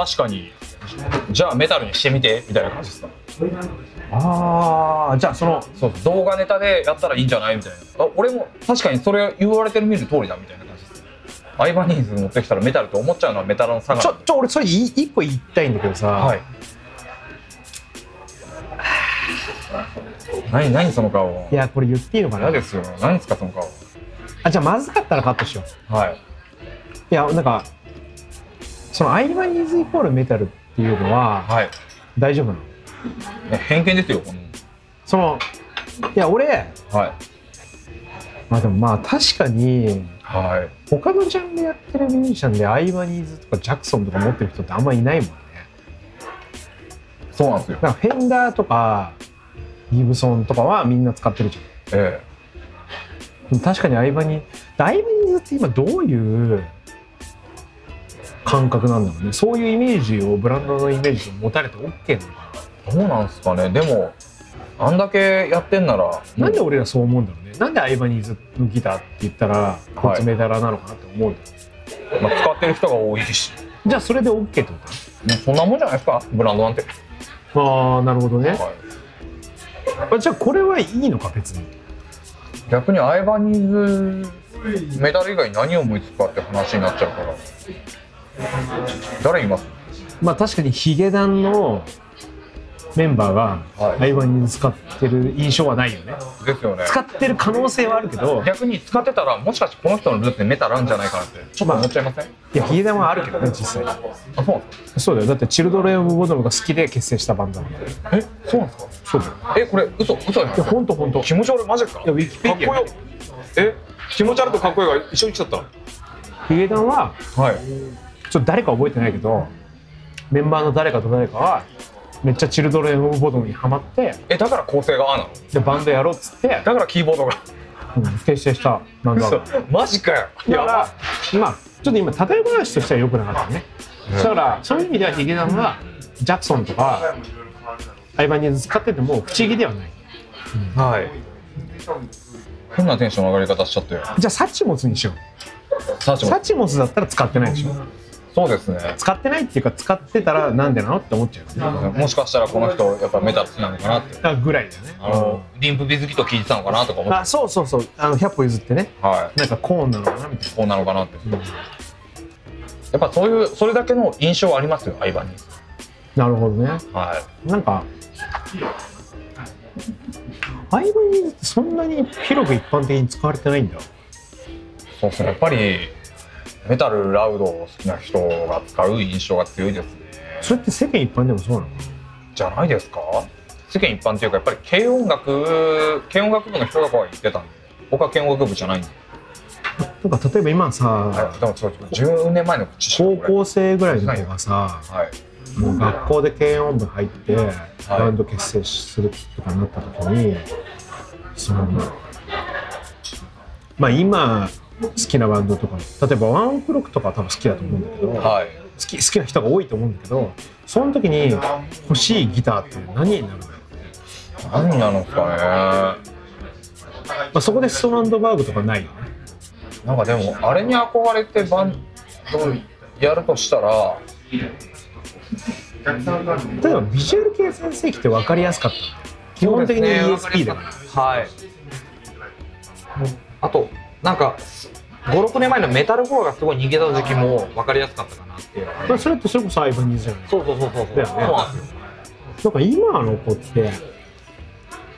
[SPEAKER 2] 確かにじゃあメタルにしてみてみたいな感じですか
[SPEAKER 3] ああじゃあその
[SPEAKER 2] そう動画ネタでやったらいいんじゃないみたいなあ俺も確かにそれ言われてる見る通りだみたいな感じですアイバニーズ持ってきたらメタルと思っちゃうのはメタルの差が
[SPEAKER 3] ちょちょ俺それい一個言いたいんだけどさ、
[SPEAKER 2] はい何何その顔
[SPEAKER 3] いやこれ言っていいのかな
[SPEAKER 2] 嫌ですよ何ですかその顔
[SPEAKER 3] あじゃあまずかったらカットしよう
[SPEAKER 2] はい
[SPEAKER 3] いやなんかそのアイバニーズイコールメタルっていうのは
[SPEAKER 2] はい
[SPEAKER 3] 大丈夫なの
[SPEAKER 2] いや偏見ですよこん
[SPEAKER 3] そのいや俺
[SPEAKER 2] なはい
[SPEAKER 3] まあでもまあ確かに
[SPEAKER 2] はい
[SPEAKER 3] 他のジャンルやってるミュージシャンでアイバニーズとかジャクソンとか持ってる人ってあんまいないもんね
[SPEAKER 2] そうなんですよ
[SPEAKER 3] なんかフェンダーとかギブソンとかはみんな使ってるじ
[SPEAKER 2] え
[SPEAKER 3] ゃん確かにアイバニーアイバニーズって今どういう感覚なんだろうねそういうイメージをブランドのイメージを持たれて OK なのか
[SPEAKER 2] えどうなんですかねでもあんだけやってんなら
[SPEAKER 3] な、なんで俺らそう思うんだろうねなんでアイバニーズのギターって言ったらこいつメダラなのかなって思うんだろう、
[SPEAKER 2] まあ、使ってる人が多いし
[SPEAKER 3] じゃあそれで OK ってこ
[SPEAKER 2] もうそんなもんじゃないですかブランドなんて、
[SPEAKER 3] とああなるほどね
[SPEAKER 2] はい
[SPEAKER 3] あじゃあこれはいいのか別に
[SPEAKER 2] 逆にアイバニーズメダル以外に何を思いつくかって話になっちゃうから誰います
[SPEAKER 3] まあ確かにヒゲダンのメンバーが
[SPEAKER 2] はい
[SPEAKER 3] アイバニーズ使ってる印象はないよね、
[SPEAKER 2] ですよね
[SPEAKER 3] 使ってる可能性はあるけど
[SPEAKER 2] 逆に使ってたらもしかしてこの人のルーツでメタルあるんじゃないかなってちょっと思っちゃいません
[SPEAKER 3] いやヒゲダンはあるけどね実際
[SPEAKER 2] あそうなんです
[SPEAKER 3] そうだよだってチルドレン・オブ・ボドムが好きで結成したバンドだもん
[SPEAKER 2] かえそうなんですか
[SPEAKER 3] そうだよい
[SPEAKER 2] えこれ嘘嘘です
[SPEAKER 3] や
[SPEAKER 2] か
[SPEAKER 3] ほんとほんとい
[SPEAKER 2] 気持ち悪いマジか
[SPEAKER 3] やウィキペディア
[SPEAKER 2] かっこよえ気持ち悪いとかっこよいが一緒に来ちゃっ
[SPEAKER 3] ヒゲダンは
[SPEAKER 2] たはい
[SPEAKER 3] ちょっと誰か覚えてないけどメンバーの誰かと誰かはめっちゃチルドレン・オブ・ボドムにハマって
[SPEAKER 2] えだから構成がああなの
[SPEAKER 3] でバンドやろうっつって、
[SPEAKER 2] だからキーボード が
[SPEAKER 3] うん結成したバンドだから
[SPEAKER 2] 嘘マジかよ
[SPEAKER 3] だから、まあ、ちょっと今、例え話としては良くなかったね。だから、そういう意味ではヒゲダンは、ジャクソンとか、アイバニーズ使ってても不思議ではない。
[SPEAKER 2] はい変なテンションの上がり方しちゃって
[SPEAKER 3] じゃあ、サチモスにしよ
[SPEAKER 2] サー
[SPEAKER 3] う。
[SPEAKER 2] チも
[SPEAKER 3] サチモスだったら使ってないでしょ。
[SPEAKER 2] そうですね
[SPEAKER 3] 使ってないっていうか、使ってたらなんでなのって思っちゃうよね。
[SPEAKER 2] もしかしたらこの人やっぱメタル好きなのかなって
[SPEAKER 3] だからぐらいだよね。
[SPEAKER 2] あの、リンプビズキと聞いてたのかなとか思っ
[SPEAKER 3] あ、そうそうそう。あの、100歩譲ってね。
[SPEAKER 2] ては
[SPEAKER 3] なんかコーンなのかなみたい
[SPEAKER 2] いこうなのかなって
[SPEAKER 3] な。うん
[SPEAKER 2] やっぱそういうそれだけの印象はありますよ相場に
[SPEAKER 3] なるほどね。
[SPEAKER 2] は
[SPEAKER 3] なんか、アイバニーズってそんなに広く一般的に使われてないんだ。
[SPEAKER 2] いそうですねやっぱりメタルラウドを好きな人が使う印象が強いですね
[SPEAKER 3] それって世間一般でもそうなの
[SPEAKER 2] じゃないですか世間一般っていうかやっぱり軽音楽軽音楽部の人がこう言ってたんで僕は軽音楽部じゃないんで、
[SPEAKER 3] なんか例えば今さ、
[SPEAKER 2] はい、でもそう10年前の知識
[SPEAKER 3] 高
[SPEAKER 2] これ
[SPEAKER 3] 校生ぐらいの子がさ、
[SPEAKER 2] はい
[SPEAKER 3] もう学校で軽音部入って、バンド結成するとかになった時にそのまあ今好きなバンドとか例えばワンオクロックとかは多分好きだと思うんだけど、
[SPEAKER 2] はい
[SPEAKER 3] 好き好きな人が多いと思うんだけどその時に欲しいギターって何になるのよ、
[SPEAKER 2] 何なのかね
[SPEAKER 3] まあ、そこでストランドバーグとかないよね
[SPEAKER 2] なんかでもあれに憧れてバンドやるとしたら
[SPEAKER 3] 例えばビジュアル系全盛期って分かりやすかったんだよ基本的に ESP だから
[SPEAKER 2] はいあとなんか56年前のメタルコアがすごい逃げた時期も分かりやすかったかなっていう
[SPEAKER 3] まあそれってそれこそアイバニーズじゃない
[SPEAKER 2] そうそうそうそうそう
[SPEAKER 3] だよねなんか今の子って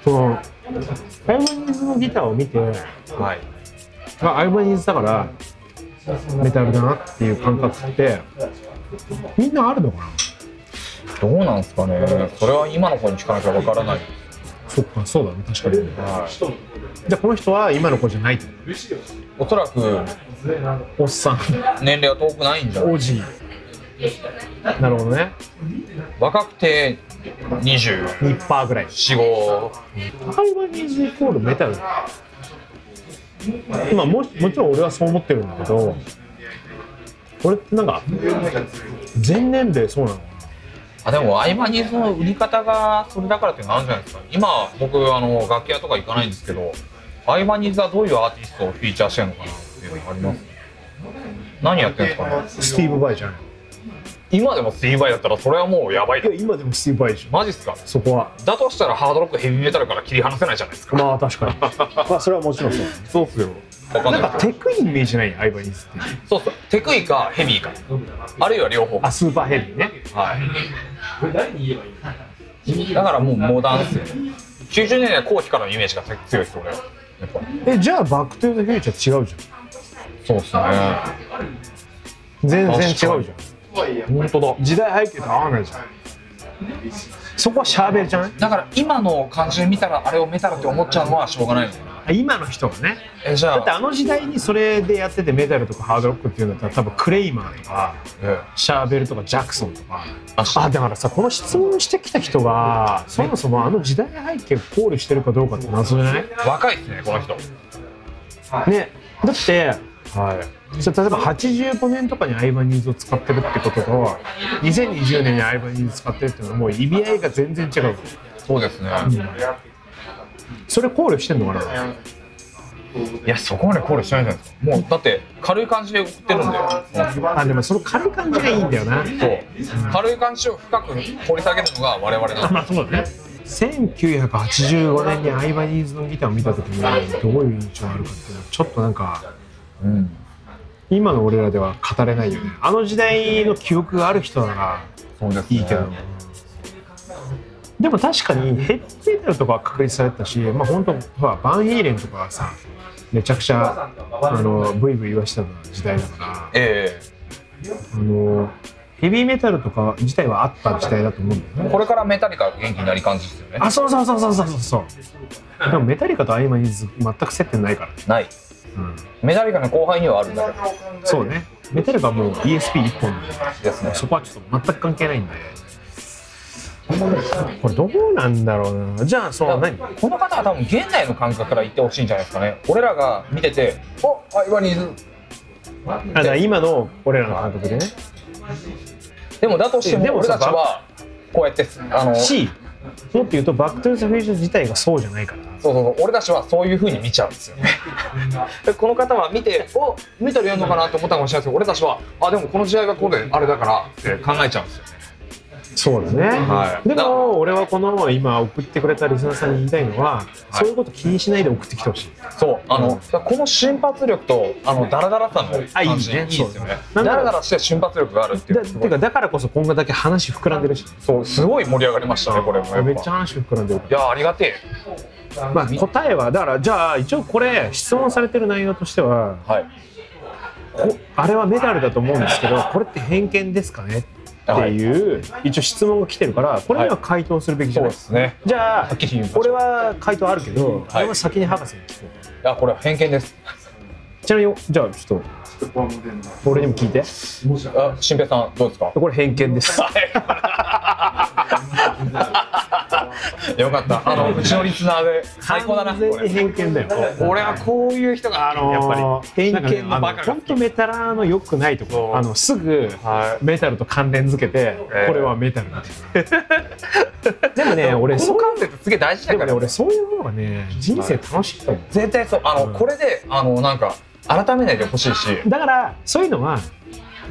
[SPEAKER 3] そのアイバニーズのギターを見て、
[SPEAKER 2] はい
[SPEAKER 3] まあ、アイバニーズだからメタルだなっていう感覚ってみんなあるのかな
[SPEAKER 2] どうなんすかねそれは今の子に聞かなきゃ分からない
[SPEAKER 3] そっかそうだね確かに、じゃあこの人は今の子じゃないってこ
[SPEAKER 2] おそらく
[SPEAKER 3] とおっさん
[SPEAKER 2] 年齢は遠くないんじゃない
[SPEAKER 3] おじいなるほどね
[SPEAKER 2] 若くて245
[SPEAKER 3] ニッパーぐらいアイバニーズイコールメタル今ももちろん俺はそう思ってるんだけど俺ってなんか全年齢そうなのか
[SPEAKER 2] あでも合間にその売り方がそれだからっていうのあるんじゃないですか今僕あの楽器屋とか行かないんですけど合間にはどういうアーティストをフィーチャーしてるのかなっていうのがあります何やってるんですかね
[SPEAKER 3] なスティーブ・バイじゃない
[SPEAKER 2] 今でも CY だったらそれはもうやばい
[SPEAKER 3] い
[SPEAKER 2] な
[SPEAKER 3] や今でもスティーブ・アイじゃん
[SPEAKER 2] マジっすか
[SPEAKER 3] そこは
[SPEAKER 2] だとしたらハードロックヘビーメタルから切り離せないじゃないですか
[SPEAKER 3] まあ確かに まあそれはもちろんそう
[SPEAKER 2] そうっすよわかん
[SPEAKER 3] な
[SPEAKER 2] なんい
[SPEAKER 3] かテクイイメージないアイバニーズっていう
[SPEAKER 2] そうっすテクイかヘビーかあるいは両方か
[SPEAKER 3] あスーパーヘビーね
[SPEAKER 2] はいだからもうモダンっすよね90年代後期からのイメージが強いっす俺はやっぱ
[SPEAKER 3] えじゃあバック・トゥ・ザ・フューチャー違うじ
[SPEAKER 2] そうっすね
[SPEAKER 3] ゃん全然違うじゃん
[SPEAKER 2] 確本当だ
[SPEAKER 3] 時代背景と合わないじゃんそこはシャーベルじゃない
[SPEAKER 2] だから今の感じで見たらあれをメタルって思っちゃうのはしょうがないのかな
[SPEAKER 3] 今の人がね
[SPEAKER 2] えじゃ
[SPEAKER 3] だって
[SPEAKER 2] あ
[SPEAKER 3] あの時代にそれでやっててメタルとかハードロックっていうんだったら多分クレイマーとか
[SPEAKER 2] え
[SPEAKER 3] シャーベルとかジャクソンとか
[SPEAKER 2] あ
[SPEAKER 3] あだからさこの質問してきた人がそもそもあの時代背景を考慮してるかどうかって謎じゃない
[SPEAKER 2] 若いっすねこの人
[SPEAKER 3] ねだって
[SPEAKER 2] はい
[SPEAKER 3] じゃあ例えば85年とかにアイバニーズを使ってるってことと2020年にアイバニーズ使ってるっていうのはもう意味合いが全然違う
[SPEAKER 2] そうですね、
[SPEAKER 3] それ考慮してんのかない
[SPEAKER 2] やそこまで考慮してないじゃないですかもうだって軽い感じで送ってるんだよ
[SPEAKER 3] あでもその軽い感じがいいんだよな
[SPEAKER 2] そう軽い感じを深く掘り下げるのが我々なんで
[SPEAKER 3] あそうだね1985年にアイバニーズのギターを見た時にどういう印象があるかっていうのはちょっとなんか
[SPEAKER 2] す、うん、
[SPEAKER 3] 今の俺らでは語れないよねあの時代の記憶がある人なら
[SPEAKER 2] そうです、
[SPEAKER 3] い
[SPEAKER 2] ね、
[SPEAKER 3] いけど、でも確かにヘッドメタルとかは確立されてたし、まあ本当ほらバンヒーレンとかはさめちゃくちゃあのブイブイ言わしてた時代だから
[SPEAKER 2] え
[SPEAKER 3] あのヘビーメタルとか自体はあった時代だと思うんだ
[SPEAKER 2] え
[SPEAKER 3] よね
[SPEAKER 2] これからメタリカが元気になり感じですよね
[SPEAKER 3] あそうそうそうそうそうそうそうでもメタリカとアイマニーズ全く接点ないからね、
[SPEAKER 2] ないメタリカの後輩にはあるんだけど
[SPEAKER 3] うん、そうねメタルがもう ESP 一本なんで
[SPEAKER 2] ですね
[SPEAKER 3] そこはちょっと全く関係ないんでこれどうなんだろうなじゃあその何
[SPEAKER 2] この方は多分現代の感覚から言ってほしいんじゃないですかね俺らが見てて「おアイバニーズ
[SPEAKER 3] あだから今の俺らの感覚でね」
[SPEAKER 2] でもだとして
[SPEAKER 3] で
[SPEAKER 2] も
[SPEAKER 3] も
[SPEAKER 2] 俺
[SPEAKER 3] さ
[SPEAKER 2] たちはこうやってあのそう
[SPEAKER 3] C もっと言うと「バック・トゥ・ザ・フューチャー」自体がそうじゃないから
[SPEAKER 2] そうそう俺たちはそういうふうに見ちゃうんですよねでこの方は見て「お見たらやるのかな?」と思ったかもしれないですけど俺たちは「あでもこの時代がこうであれだから」って考えちゃうんですよね
[SPEAKER 3] そうだね、
[SPEAKER 2] はい
[SPEAKER 3] でも俺はこの今送ってくれたリスナーさんに言いたいのは、そういうこと気にしないで送ってきてほしい
[SPEAKER 2] そうあの、この瞬発力とあのダラダラさの
[SPEAKER 3] あいいね
[SPEAKER 2] 感じいいですよね
[SPEAKER 3] そ
[SPEAKER 2] ダ
[SPEAKER 3] う
[SPEAKER 2] ラダラして瞬発力があるってい
[SPEAKER 3] だ
[SPEAKER 2] う
[SPEAKER 3] てかだからこそ今後だけ話膨らんでるし
[SPEAKER 2] そうすごい盛り上がりましたねこれもやぱ
[SPEAKER 3] めっちゃ話膨らんでる
[SPEAKER 2] いやありがて
[SPEAKER 3] まあ答えはだからじゃあ一応これ質問されてる内容としては
[SPEAKER 2] えはい
[SPEAKER 3] こあれはメダルだと思うんですけどこれって偏見ですかねっていう、一応質問が来てるからこれには回答するべきじゃ
[SPEAKER 2] そう
[SPEAKER 3] ない
[SPEAKER 2] ですね
[SPEAKER 3] じゃあ
[SPEAKER 2] っきり言いましょう
[SPEAKER 3] 俺は回答あるけど、これは先に博士に聞こう
[SPEAKER 2] いやこれは偏見です
[SPEAKER 3] ちなみにじゃあちょっと俺にも聞いて
[SPEAKER 2] あ新平さんどうですか
[SPEAKER 3] これ偏見です
[SPEAKER 2] よかったあ のうちのリスナーで最高だな
[SPEAKER 3] 完全に偏見だよ
[SPEAKER 2] これ俺はこういう人があの
[SPEAKER 3] やっぱり
[SPEAKER 2] 偏見のバカが
[SPEAKER 3] 本当メタラの良くないとこ
[SPEAKER 2] そう
[SPEAKER 3] ろあのすぐ
[SPEAKER 2] は
[SPEAKER 3] メタルと関連付けて、
[SPEAKER 2] ええ
[SPEAKER 3] これはメタルだって でもね俺
[SPEAKER 2] こ
[SPEAKER 3] そ
[SPEAKER 2] の
[SPEAKER 3] う
[SPEAKER 2] 関節すげえ大事だ
[SPEAKER 3] で
[SPEAKER 2] か
[SPEAKER 3] もね
[SPEAKER 2] ら
[SPEAKER 3] 俺そういう方がね人生楽しいと思う、
[SPEAKER 2] 絶対そうあの、これであのなんか改めないでほしいし
[SPEAKER 3] だからそういうのは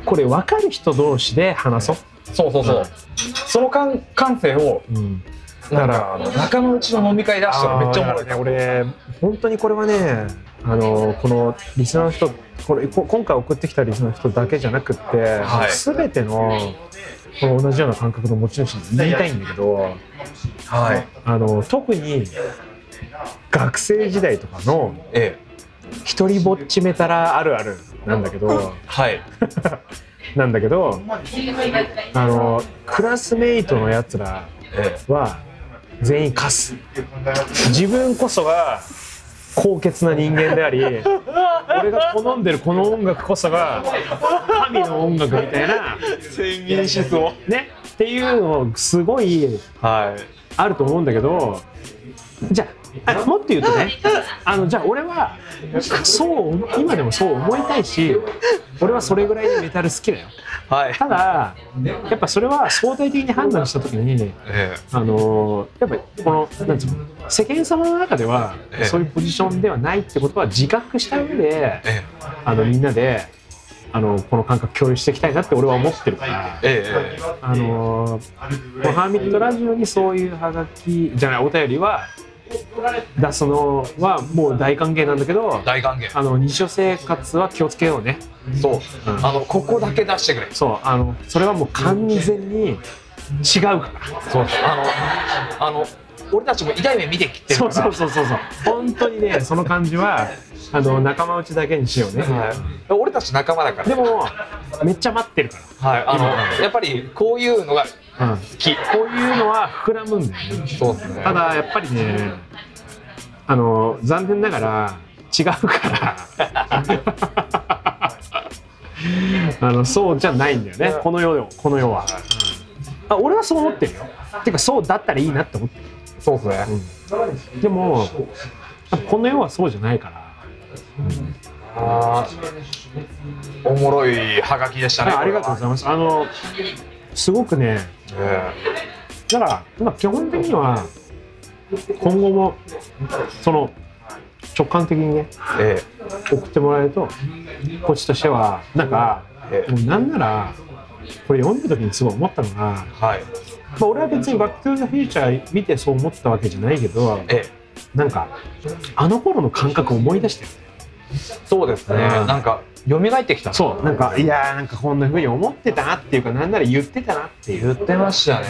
[SPEAKER 3] これ分かる人同士で話そう、
[SPEAKER 2] そうそうそう、その感感性を
[SPEAKER 3] うん、
[SPEAKER 2] なんかあの仲間内の飲み会出したらめっちゃおもろい
[SPEAKER 3] あーだからね俺本当にこれはねあのこのリスナーの人これこ今回送ってきたリスナーの人だけじゃなくって、
[SPEAKER 2] はい
[SPEAKER 3] 全てのこの同じような感覚の持ち主に言いたいんだけど
[SPEAKER 2] はい
[SPEAKER 3] あの特に学生時代とかの
[SPEAKER 2] ええ
[SPEAKER 3] 一人ぼっちメタラあるあるなんだけど
[SPEAKER 2] はい
[SPEAKER 3] なんだけどあのクラスメイトのやつら
[SPEAKER 2] え
[SPEAKER 3] は全員カス自分こそが高潔な人間であり俺が好んでるこの音楽こそが神の音楽みたいな
[SPEAKER 2] え先民思想
[SPEAKER 3] ねっていうのすごい
[SPEAKER 2] はい
[SPEAKER 3] あると思うんだけどじゃああもっと言うとねあのじゃあ俺はそう今でもそう思いたいし俺はそれぐらいメタル好きだよ
[SPEAKER 2] はい
[SPEAKER 3] ただやっぱそれは相対的に判断した時に
[SPEAKER 2] え
[SPEAKER 3] あのーやっぱりこのなんつうの世間様の中では
[SPEAKER 2] ええ
[SPEAKER 3] そういうポジションではないってことは自覚した上で
[SPEAKER 2] ええ
[SPEAKER 3] あのみんなであのこの感覚共有していきたいなって俺は思ってるから。
[SPEAKER 2] ええ
[SPEAKER 3] あのこのハーミットラジオにそういうハガキじゃないお便りは出すのはもう大歓迎なんだけど
[SPEAKER 2] 大歓迎
[SPEAKER 3] あの日常生活は気をつけようね
[SPEAKER 2] そう、
[SPEAKER 3] うん
[SPEAKER 2] あのここだけ出してくれ
[SPEAKER 3] そうあのそれはもう完全に違うから
[SPEAKER 2] そうあのあの俺たちも痛い目見てきてるか
[SPEAKER 3] そ
[SPEAKER 2] ら
[SPEAKER 3] うそうそうそうそう本当にねその感じはあの仲間内だけにしようね、
[SPEAKER 2] はい、俺たち仲間だから
[SPEAKER 3] でもめっちゃ待ってるか
[SPEAKER 2] はい、あのやっぱりこういうのが
[SPEAKER 3] ら、こ
[SPEAKER 2] き
[SPEAKER 3] ういうのは膨らむんだよね
[SPEAKER 2] そうですね
[SPEAKER 3] ただやっぱりねあの残念ながら違う からあのそうじゃないんだよねこの世よこの世は、あ俺はそう思ってるよてかそうだったらいいなって思ってる
[SPEAKER 2] そうですね、
[SPEAKER 3] でもこの世はそうじゃないから
[SPEAKER 2] あーおもろいハガキでしたね
[SPEAKER 3] あありがとうございますあのすごくね
[SPEAKER 2] す、え
[SPEAKER 3] だからまあ基本的には今後もその直感的にね
[SPEAKER 2] ええ
[SPEAKER 3] 送ってもらえるとこっちとしてはなんか
[SPEAKER 2] ええ
[SPEAKER 3] もうなんならこれ読んだ時にすごい思ったのが、ま
[SPEAKER 2] えはい
[SPEAKER 3] あ、俺は別に「バック・トゥ・ザ・フューチャー」見てそう思ったわけじゃないけど
[SPEAKER 2] え
[SPEAKER 3] なんかあの頃の感覚を思い出して
[SPEAKER 2] えそうですね、
[SPEAKER 3] うん
[SPEAKER 2] なんか蘇ってきた
[SPEAKER 3] そうなんかいやーなんかこんな風に思ってたなっていうかなんなら言ってたなっていう
[SPEAKER 2] 言ってましたね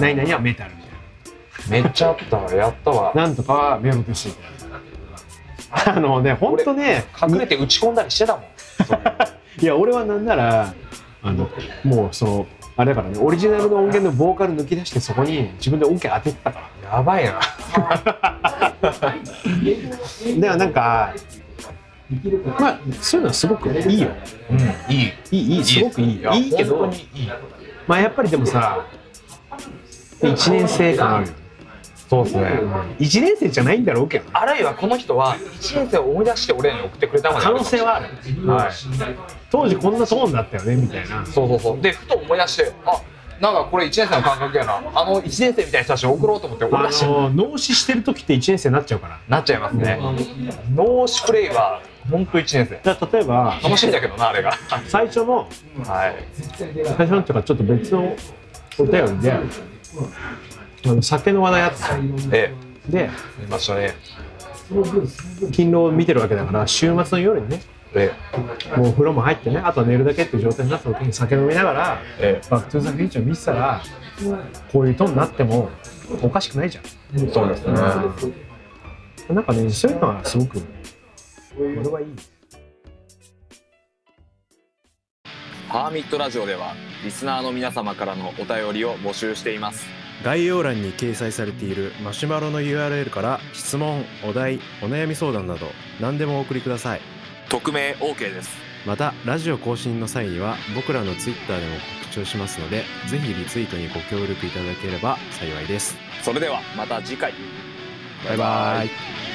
[SPEAKER 3] 何々はメタルみたい
[SPEAKER 2] めっちゃあったわやったわ
[SPEAKER 3] ななんとかはメロデシーみたいなあのね本当ね
[SPEAKER 2] 隠れて打ち込んだりしてたもん
[SPEAKER 3] いや俺はなんならあのもうそのあれだからねオリジナルの音源のボーカル抜き出してそこに自分で音源当ててたから
[SPEAKER 2] やばいな
[SPEAKER 3] だからなんかまあそういうのはすごくいいよ
[SPEAKER 2] うんいい
[SPEAKER 3] いいいいすごくいい
[SPEAKER 2] や
[SPEAKER 3] いいけ
[SPEAKER 2] 本
[SPEAKER 3] ど
[SPEAKER 2] 当にいい
[SPEAKER 3] まあやっぱりでもさ1年生感あるよ
[SPEAKER 2] そうですね、
[SPEAKER 3] 1年生じゃないんだろうけどね
[SPEAKER 2] あるいはこの人は1年生を思い出して俺らに送ってくれたまで
[SPEAKER 3] 可能性はある
[SPEAKER 2] はい
[SPEAKER 3] 当時こんなトーンだったよねみたいな
[SPEAKER 2] そうそうそうでふと思い出してあなんかこれ1年生の感覚やなあの1年生みたいな人たちに送ろうと思って
[SPEAKER 3] あ
[SPEAKER 2] 思い出して
[SPEAKER 3] の脳死してる時って1年生になっちゃうから
[SPEAKER 2] なっちゃいますね脳死プレイは本当1年生
[SPEAKER 3] だから例えば
[SPEAKER 2] 楽しいんだけどなあれが
[SPEAKER 3] 最初の
[SPEAKER 2] はい
[SPEAKER 3] 最初のっていうかちょっと別のお便りであの酒の話題あったの
[SPEAKER 2] え
[SPEAKER 3] で
[SPEAKER 2] え見ましたね
[SPEAKER 3] 勤労を見てるわけだから週末の夜にね
[SPEAKER 2] え
[SPEAKER 3] もうお風呂も入ってねあとは寝るだけっていう状態になった時に酒飲みながら
[SPEAKER 2] ええ
[SPEAKER 3] 「バック・トゥ・ザ・フューチャー」見てたらこういうトーンになってもおかしくないじゃん。
[SPEAKER 2] えそうですね
[SPEAKER 3] なんかねそういうのはすごく俺はいい。
[SPEAKER 1] ハーミットラジオではリスナーの皆様からのお便りを募集しています
[SPEAKER 4] 概要欄に掲載されているマシュマロの URL から質問お題お悩み相談など何でもお送りください
[SPEAKER 1] 匿名 OK です
[SPEAKER 4] またラジオ更新の際には僕らの Twitter でも告知をしますのでぜひリツイートにご協力いただければ幸いです
[SPEAKER 1] それではまた次回
[SPEAKER 4] バイバイ